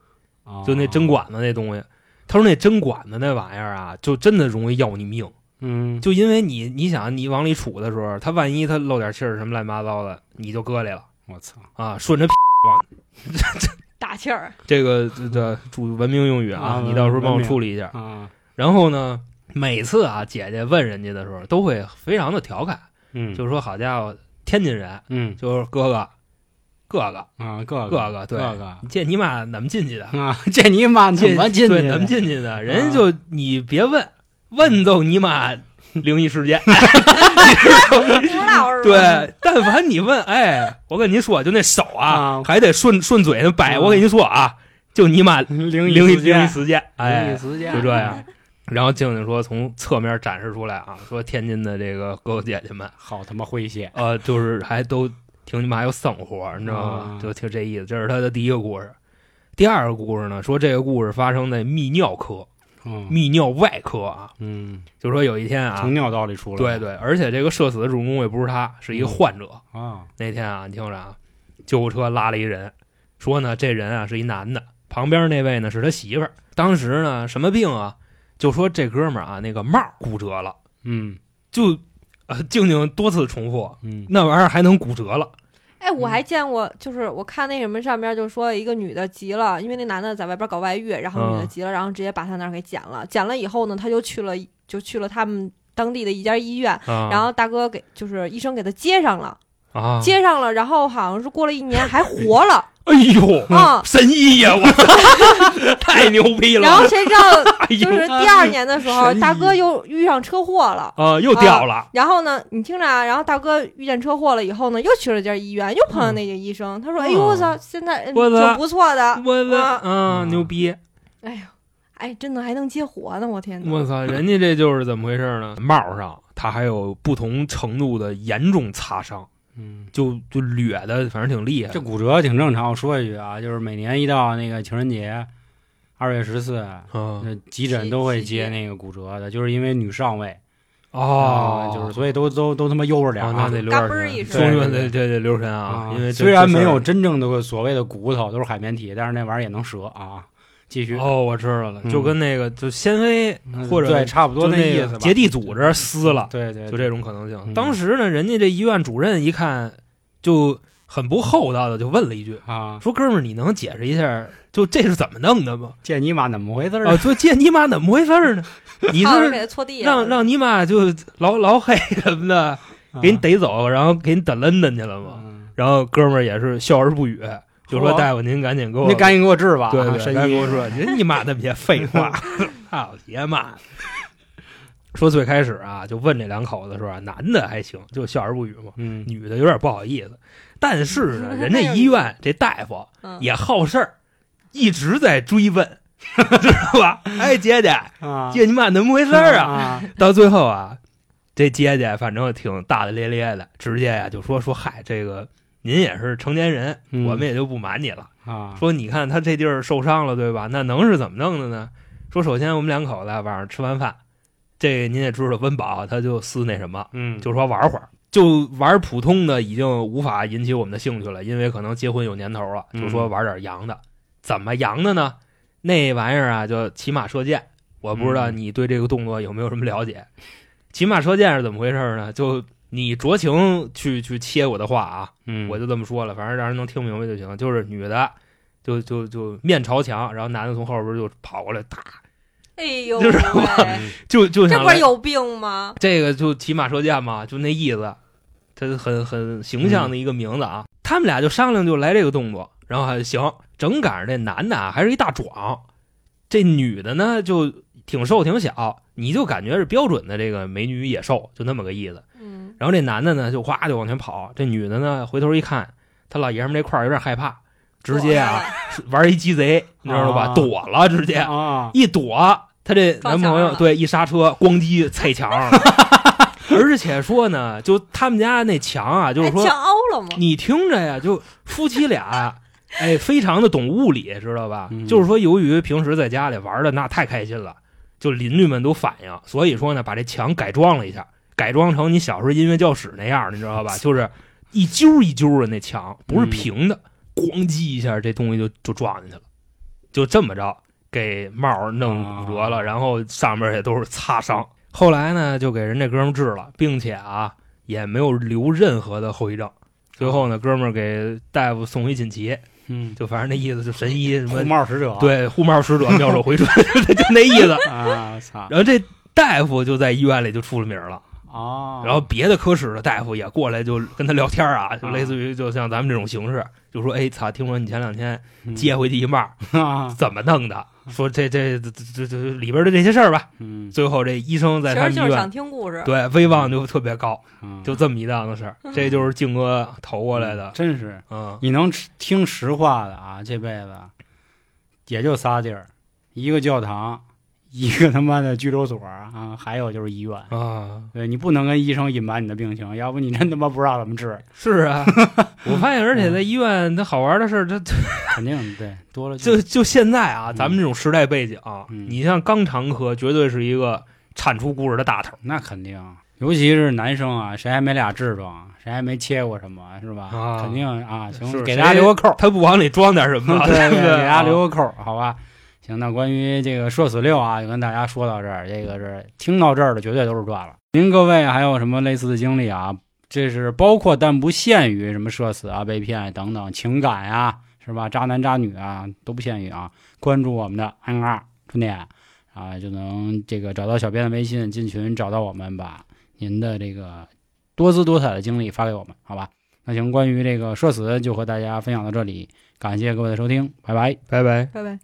Speaker 2: 嗯
Speaker 3: 就那针管子那东西。他说那针管子那玩意儿啊，就真的容易要你命，
Speaker 2: 嗯
Speaker 3: 就因为你你想你往里杵的时候，他万一他漏点气儿什么乱七八糟的，你就搁里了
Speaker 2: 我操
Speaker 3: 啊，顺着屁
Speaker 4: 打气儿，
Speaker 3: 这个这这主文明用语啊
Speaker 2: 啊，
Speaker 3: 你到时候帮我
Speaker 2: 文明
Speaker 3: 处理一下。
Speaker 2: 啊
Speaker 3: 然后呢，每次啊，姐姐问人家的时候，都会非常的调侃，
Speaker 2: 嗯
Speaker 3: 就说：“好家伙，天津人
Speaker 2: 嗯
Speaker 3: 就是哥哥，哥哥，
Speaker 2: 啊各
Speaker 3: 哥哥，对，
Speaker 2: 各个
Speaker 3: 你这尼玛怎么进去的？
Speaker 2: 啊，这尼玛 怎
Speaker 3: 这
Speaker 2: 么进去
Speaker 3: 对，
Speaker 2: 的？啊
Speaker 3: 怎么进去的？人家就你别问，问都尼玛灵异 事件。
Speaker 4: 不知道是吧？
Speaker 3: 对，但凡你问，哎，我跟您说，就那手啊，
Speaker 2: 啊
Speaker 3: 还得顺顺嘴那摆。
Speaker 2: 嗯
Speaker 3: 我跟您说啊，就尼玛
Speaker 2: 灵
Speaker 3: 灵异
Speaker 2: 异事
Speaker 3: 灵异
Speaker 2: 件，
Speaker 3: 事件，
Speaker 2: 灵
Speaker 3: 哎
Speaker 2: 异，事件
Speaker 3: 就这样，。 然后静静说，从侧面展示出来啊，说天津的这个哥哥姐姐们，
Speaker 2: 好他妈诙谐
Speaker 3: 呃，就是还都挺你妈有生活，你知道吗？
Speaker 2: 啊
Speaker 3: 就挺这意思。这是他的第一个故事。第二个故事呢，说这个故事发生在泌尿科、
Speaker 2: 嗯
Speaker 3: 泌尿外科啊，
Speaker 2: 嗯，
Speaker 3: 就说有一天啊
Speaker 2: 从，尿道里出来
Speaker 3: 对对，而且这个社死的主人公也不是他，是一个患者。
Speaker 2: 啊
Speaker 3: 那天啊，你听着啊，救护车拉了一人，说呢这人啊是一男的，旁边那位呢是他媳妇儿。当时呢什么病啊？就说这哥们儿啊那个帽儿骨折了，
Speaker 2: 嗯
Speaker 3: 就呃静静多次重复，
Speaker 2: 嗯
Speaker 3: 那玩意儿还能骨折了。
Speaker 4: 哎，我还见过，就是我看那什么上面就说一个女的急了，因为那男的在外边搞外遇，然后女的
Speaker 3: 嗯
Speaker 4: 急了，然后直接把他那儿给剪了，剪了以后呢，他就去了，就去了他们当地的一家医院，
Speaker 3: 啊、
Speaker 4: 然后大哥给就是医生给他接上了，
Speaker 3: 啊，
Speaker 4: 接上了，然后好像是过了一年还活了，
Speaker 3: 哎呦，
Speaker 4: 啊
Speaker 3: 神医呀，我 太牛逼
Speaker 4: 然后
Speaker 3: 了！
Speaker 4: 谁知道，
Speaker 3: 哎呦
Speaker 4: 就是第二年的时候，
Speaker 1: 神医
Speaker 4: 大哥又遇上车祸了。
Speaker 3: 啊，又掉了，
Speaker 4: 然后呢，你听着啊，然后大哥遇见车祸了以后呢，又去了家医院，又碰到那个医生，他说：“哎呦，我操，现在嗯
Speaker 3: 我操
Speaker 4: 挺不错的，
Speaker 3: 我
Speaker 4: 啊
Speaker 3: 操，嗯，牛逼！
Speaker 4: 哎呦，哎，真的还能接活呢，我天哪！
Speaker 3: 我操，人家这就是怎么回事呢？帽上他还有不同程度的严重擦伤，
Speaker 2: 嗯，
Speaker 3: 就就掠的，反正挺厉害
Speaker 2: 这
Speaker 3: 的。
Speaker 2: 骨折挺正常。我说一句啊，就是每年一到那个情人节，二月十四，
Speaker 3: 啊
Speaker 2: 那急诊都会接那个骨折的，就是因为女上位
Speaker 3: 哦
Speaker 2: 啊，就是所以都都都他妈悠着点
Speaker 3: 啊
Speaker 2: 儿，
Speaker 3: 那得留点
Speaker 4: 嘎嘣儿一
Speaker 3: 神，
Speaker 4: 声
Speaker 3: 说说得这得留神啊
Speaker 2: 啊，，
Speaker 3: 因为这
Speaker 2: 虽然没有
Speaker 3: 这
Speaker 2: 真正的所谓的骨头，都是海绵体，但是那玩意儿也能折啊。继
Speaker 3: 事
Speaker 2: 续
Speaker 3: 儿，哦，我知道了，
Speaker 2: 嗯
Speaker 3: 就跟那个就纤维
Speaker 2: 嗯
Speaker 3: 或者
Speaker 2: 对，差不多
Speaker 3: 就
Speaker 2: 那
Speaker 3: 那
Speaker 2: 意
Speaker 3: 个
Speaker 2: 思吧。嗯
Speaker 3: 结缔组织撕了，
Speaker 2: 对对，
Speaker 3: 就
Speaker 2: 对
Speaker 3: 这种可能性。
Speaker 2: 嗯
Speaker 3: 当时呢，人家这医院主任一看就很不厚道的就问了一句。
Speaker 2: 啊，
Speaker 3: 说哥们儿，你能解释一下，就这是怎么弄的吗？
Speaker 2: 见你妈怎么回事儿
Speaker 3: 啊，就这你妈怎么回事儿呢？你
Speaker 4: 差点给
Speaker 3: 是
Speaker 4: 他搓地上
Speaker 3: 让让你妈就老老黑什么的
Speaker 2: 啊
Speaker 3: 给你逮走，然后给你逮伦敦去了吗？
Speaker 2: 嗯
Speaker 3: 然后哥们儿也是笑而不语，就说
Speaker 2: 嚯
Speaker 3: 大夫您赶紧给我
Speaker 2: 你赶紧给我治吧，
Speaker 3: 对
Speaker 2: 啊
Speaker 3: 对，
Speaker 2: 神
Speaker 3: 他
Speaker 2: 医
Speaker 3: 跟我说，您你妈的别废话，操爷妈！说最开始啊，就问这两口子的时候啊，男的还行，就笑而不语嘛，
Speaker 2: 嗯，
Speaker 3: 女的有点不好意思。但是呢，人家医院这大夫
Speaker 4: 嗯
Speaker 3: 也好事儿，一直在追问， 知道吧？哎，姐姐，
Speaker 2: 啊，
Speaker 3: 姐你妈怎么回事儿啊？
Speaker 2: 啊，
Speaker 3: 到最后啊，这姐姐反正挺大大咧咧的，直接呀、就说说嗨，这个您也是成年人，
Speaker 2: 嗯
Speaker 3: 我们也就不瞒你了。
Speaker 2: 啊，
Speaker 3: 说你看他这地儿受伤了，对吧？那能是怎么弄的呢？说首先我们两口子晚上吃完饭，这您也知道，温饱他就撕那什么，
Speaker 2: 嗯，
Speaker 3: 就说玩会儿，就玩普通的已经无法引起我们的兴趣了，因为可能结婚有年头了，
Speaker 2: 嗯
Speaker 3: 就说玩点洋的。怎么洋的呢？那玩意儿啊，就骑马射箭。我不知道
Speaker 2: 嗯
Speaker 3: 你对这个动作有没有什么了解？骑马射箭是怎么回事呢？就你酌情去去切我的话啊，
Speaker 2: 嗯，
Speaker 3: 我就这么说了，反正让人能听明白就行。就是女的，就就就面朝墙，然后男的从后边就跑过来，哒，
Speaker 4: 哎呦
Speaker 3: 就
Speaker 4: 喂
Speaker 3: 是，
Speaker 2: 嗯
Speaker 3: 就就
Speaker 4: 这
Speaker 3: 想
Speaker 4: 不是
Speaker 3: 来
Speaker 4: 有病吗？
Speaker 3: 这个就骑马射箭嘛，就那意思，这很很形象的一个名字啊。他们俩就商量就来这个动作，然后还行，正赶上这男的啊还是一大壮，这女的呢就挺瘦挺小，你就感觉是标准的这个美女野兽，就那么个意思。
Speaker 4: 嗯，
Speaker 3: 然后这男的呢就哗就往前跑，这女的呢回头一看，他老爷们这块儿有点害怕，直接啊玩一鸡贼，你知道吧？
Speaker 2: 啊
Speaker 3: 躲了，直接
Speaker 2: 啊，
Speaker 3: 一躲，他这男朋
Speaker 4: 撞墙
Speaker 3: 友
Speaker 4: 了
Speaker 3: 对一刹车，咣叽踩墙上了。 而且说呢，就他们家那墙啊，就
Speaker 4: 哎
Speaker 3: 是说
Speaker 4: 墙凹了吗？
Speaker 3: 你听着呀，就夫妻 俩，哎，非常的懂物理，知道吧？
Speaker 2: 嗯
Speaker 3: 就是说，由于平时在家里玩的那太开心了，就邻居们都反映，所以说呢，把这墙改装了一下，改装成你小时候音乐教室那样，你知 道吧？就是一揪一揪的那墙，不是平的，咣叽一下，这东西就就撞进去了，就这么着给帽儿弄
Speaker 2: 啊
Speaker 3: 骨折了，然后上面也都是擦伤。后来呢，就给人这哥们儿治了，并且啊，也没有留任何的后遗症。最后呢，哥们儿给大夫送一锦旗，
Speaker 2: 嗯，
Speaker 3: 就反正那意思，就神医什
Speaker 2: 红
Speaker 3: 么
Speaker 2: 帽使者，
Speaker 3: 对护帽使者妙手回春， 就那意思。
Speaker 2: 啊，操
Speaker 3: 然后这大夫就在医院里就出了名了，
Speaker 2: 啊，
Speaker 3: 然后别的科室的大夫也过来就跟他聊天啊，
Speaker 2: 哦
Speaker 3: 就类似于就像咱们这种形式，就说哎操，听说你前两天
Speaker 2: 嗯
Speaker 3: 接回去一帽，
Speaker 2: 啊，
Speaker 3: 怎么弄的？说这这这这这里边的这些事儿吧。
Speaker 2: 嗯，
Speaker 3: 最后这医生在
Speaker 4: 其
Speaker 3: 他
Speaker 4: 实
Speaker 3: 们医
Speaker 4: 就是想
Speaker 3: 院
Speaker 4: 听故事。
Speaker 3: 对威望就特别高，
Speaker 2: 嗯
Speaker 3: 就这么一档子事儿。这就是靖哥投过来的，
Speaker 2: 真是
Speaker 3: 嗯，
Speaker 2: 你能吃听实话的啊，这辈子也就仨地儿，一个教堂，一个他妈的拘留所啊，还有就是医院。
Speaker 3: 啊，
Speaker 2: 对你不能跟医生隐瞒你的病情，要不你真他妈不知道怎么 治，
Speaker 3: 是啊，我发现，而且在医院，它好玩的事儿，它它
Speaker 2: 肯定对多了去
Speaker 3: 就就现在啊，
Speaker 2: 嗯
Speaker 3: 咱们这种时代背景，
Speaker 2: 嗯
Speaker 3: 你像肛肠科，绝对是一个产出故事的大头
Speaker 2: 那肯定，尤其是男生啊，谁还没俩痔疮，谁还没切过什么，是吧？
Speaker 3: 啊
Speaker 2: 肯定啊，
Speaker 3: 是
Speaker 2: 行，给大家留个扣儿，
Speaker 3: 他不往里装点什么，
Speaker 2: 对对，
Speaker 3: 不 对？啊
Speaker 2: 给大家留个扣儿，好吧？行，那关于这个社死六啊，就跟大家说到这儿，这个是听到这儿的绝对都是赚了。您各位还有什么类似的经历啊？这是包括但不限于什么社死啊、被骗等等，情感啊，是吧？渣男渣女啊都不限于啊。关注我们的 N 二春点啊，就能这个找到小编的微信进群，找到我们，把您的这个多姿多彩的经历发给我们，好吧？那行，关于这个社死就和大家分享到这里，感谢各位的收听，拜拜。
Speaker 3: 拜拜。
Speaker 4: 拜拜。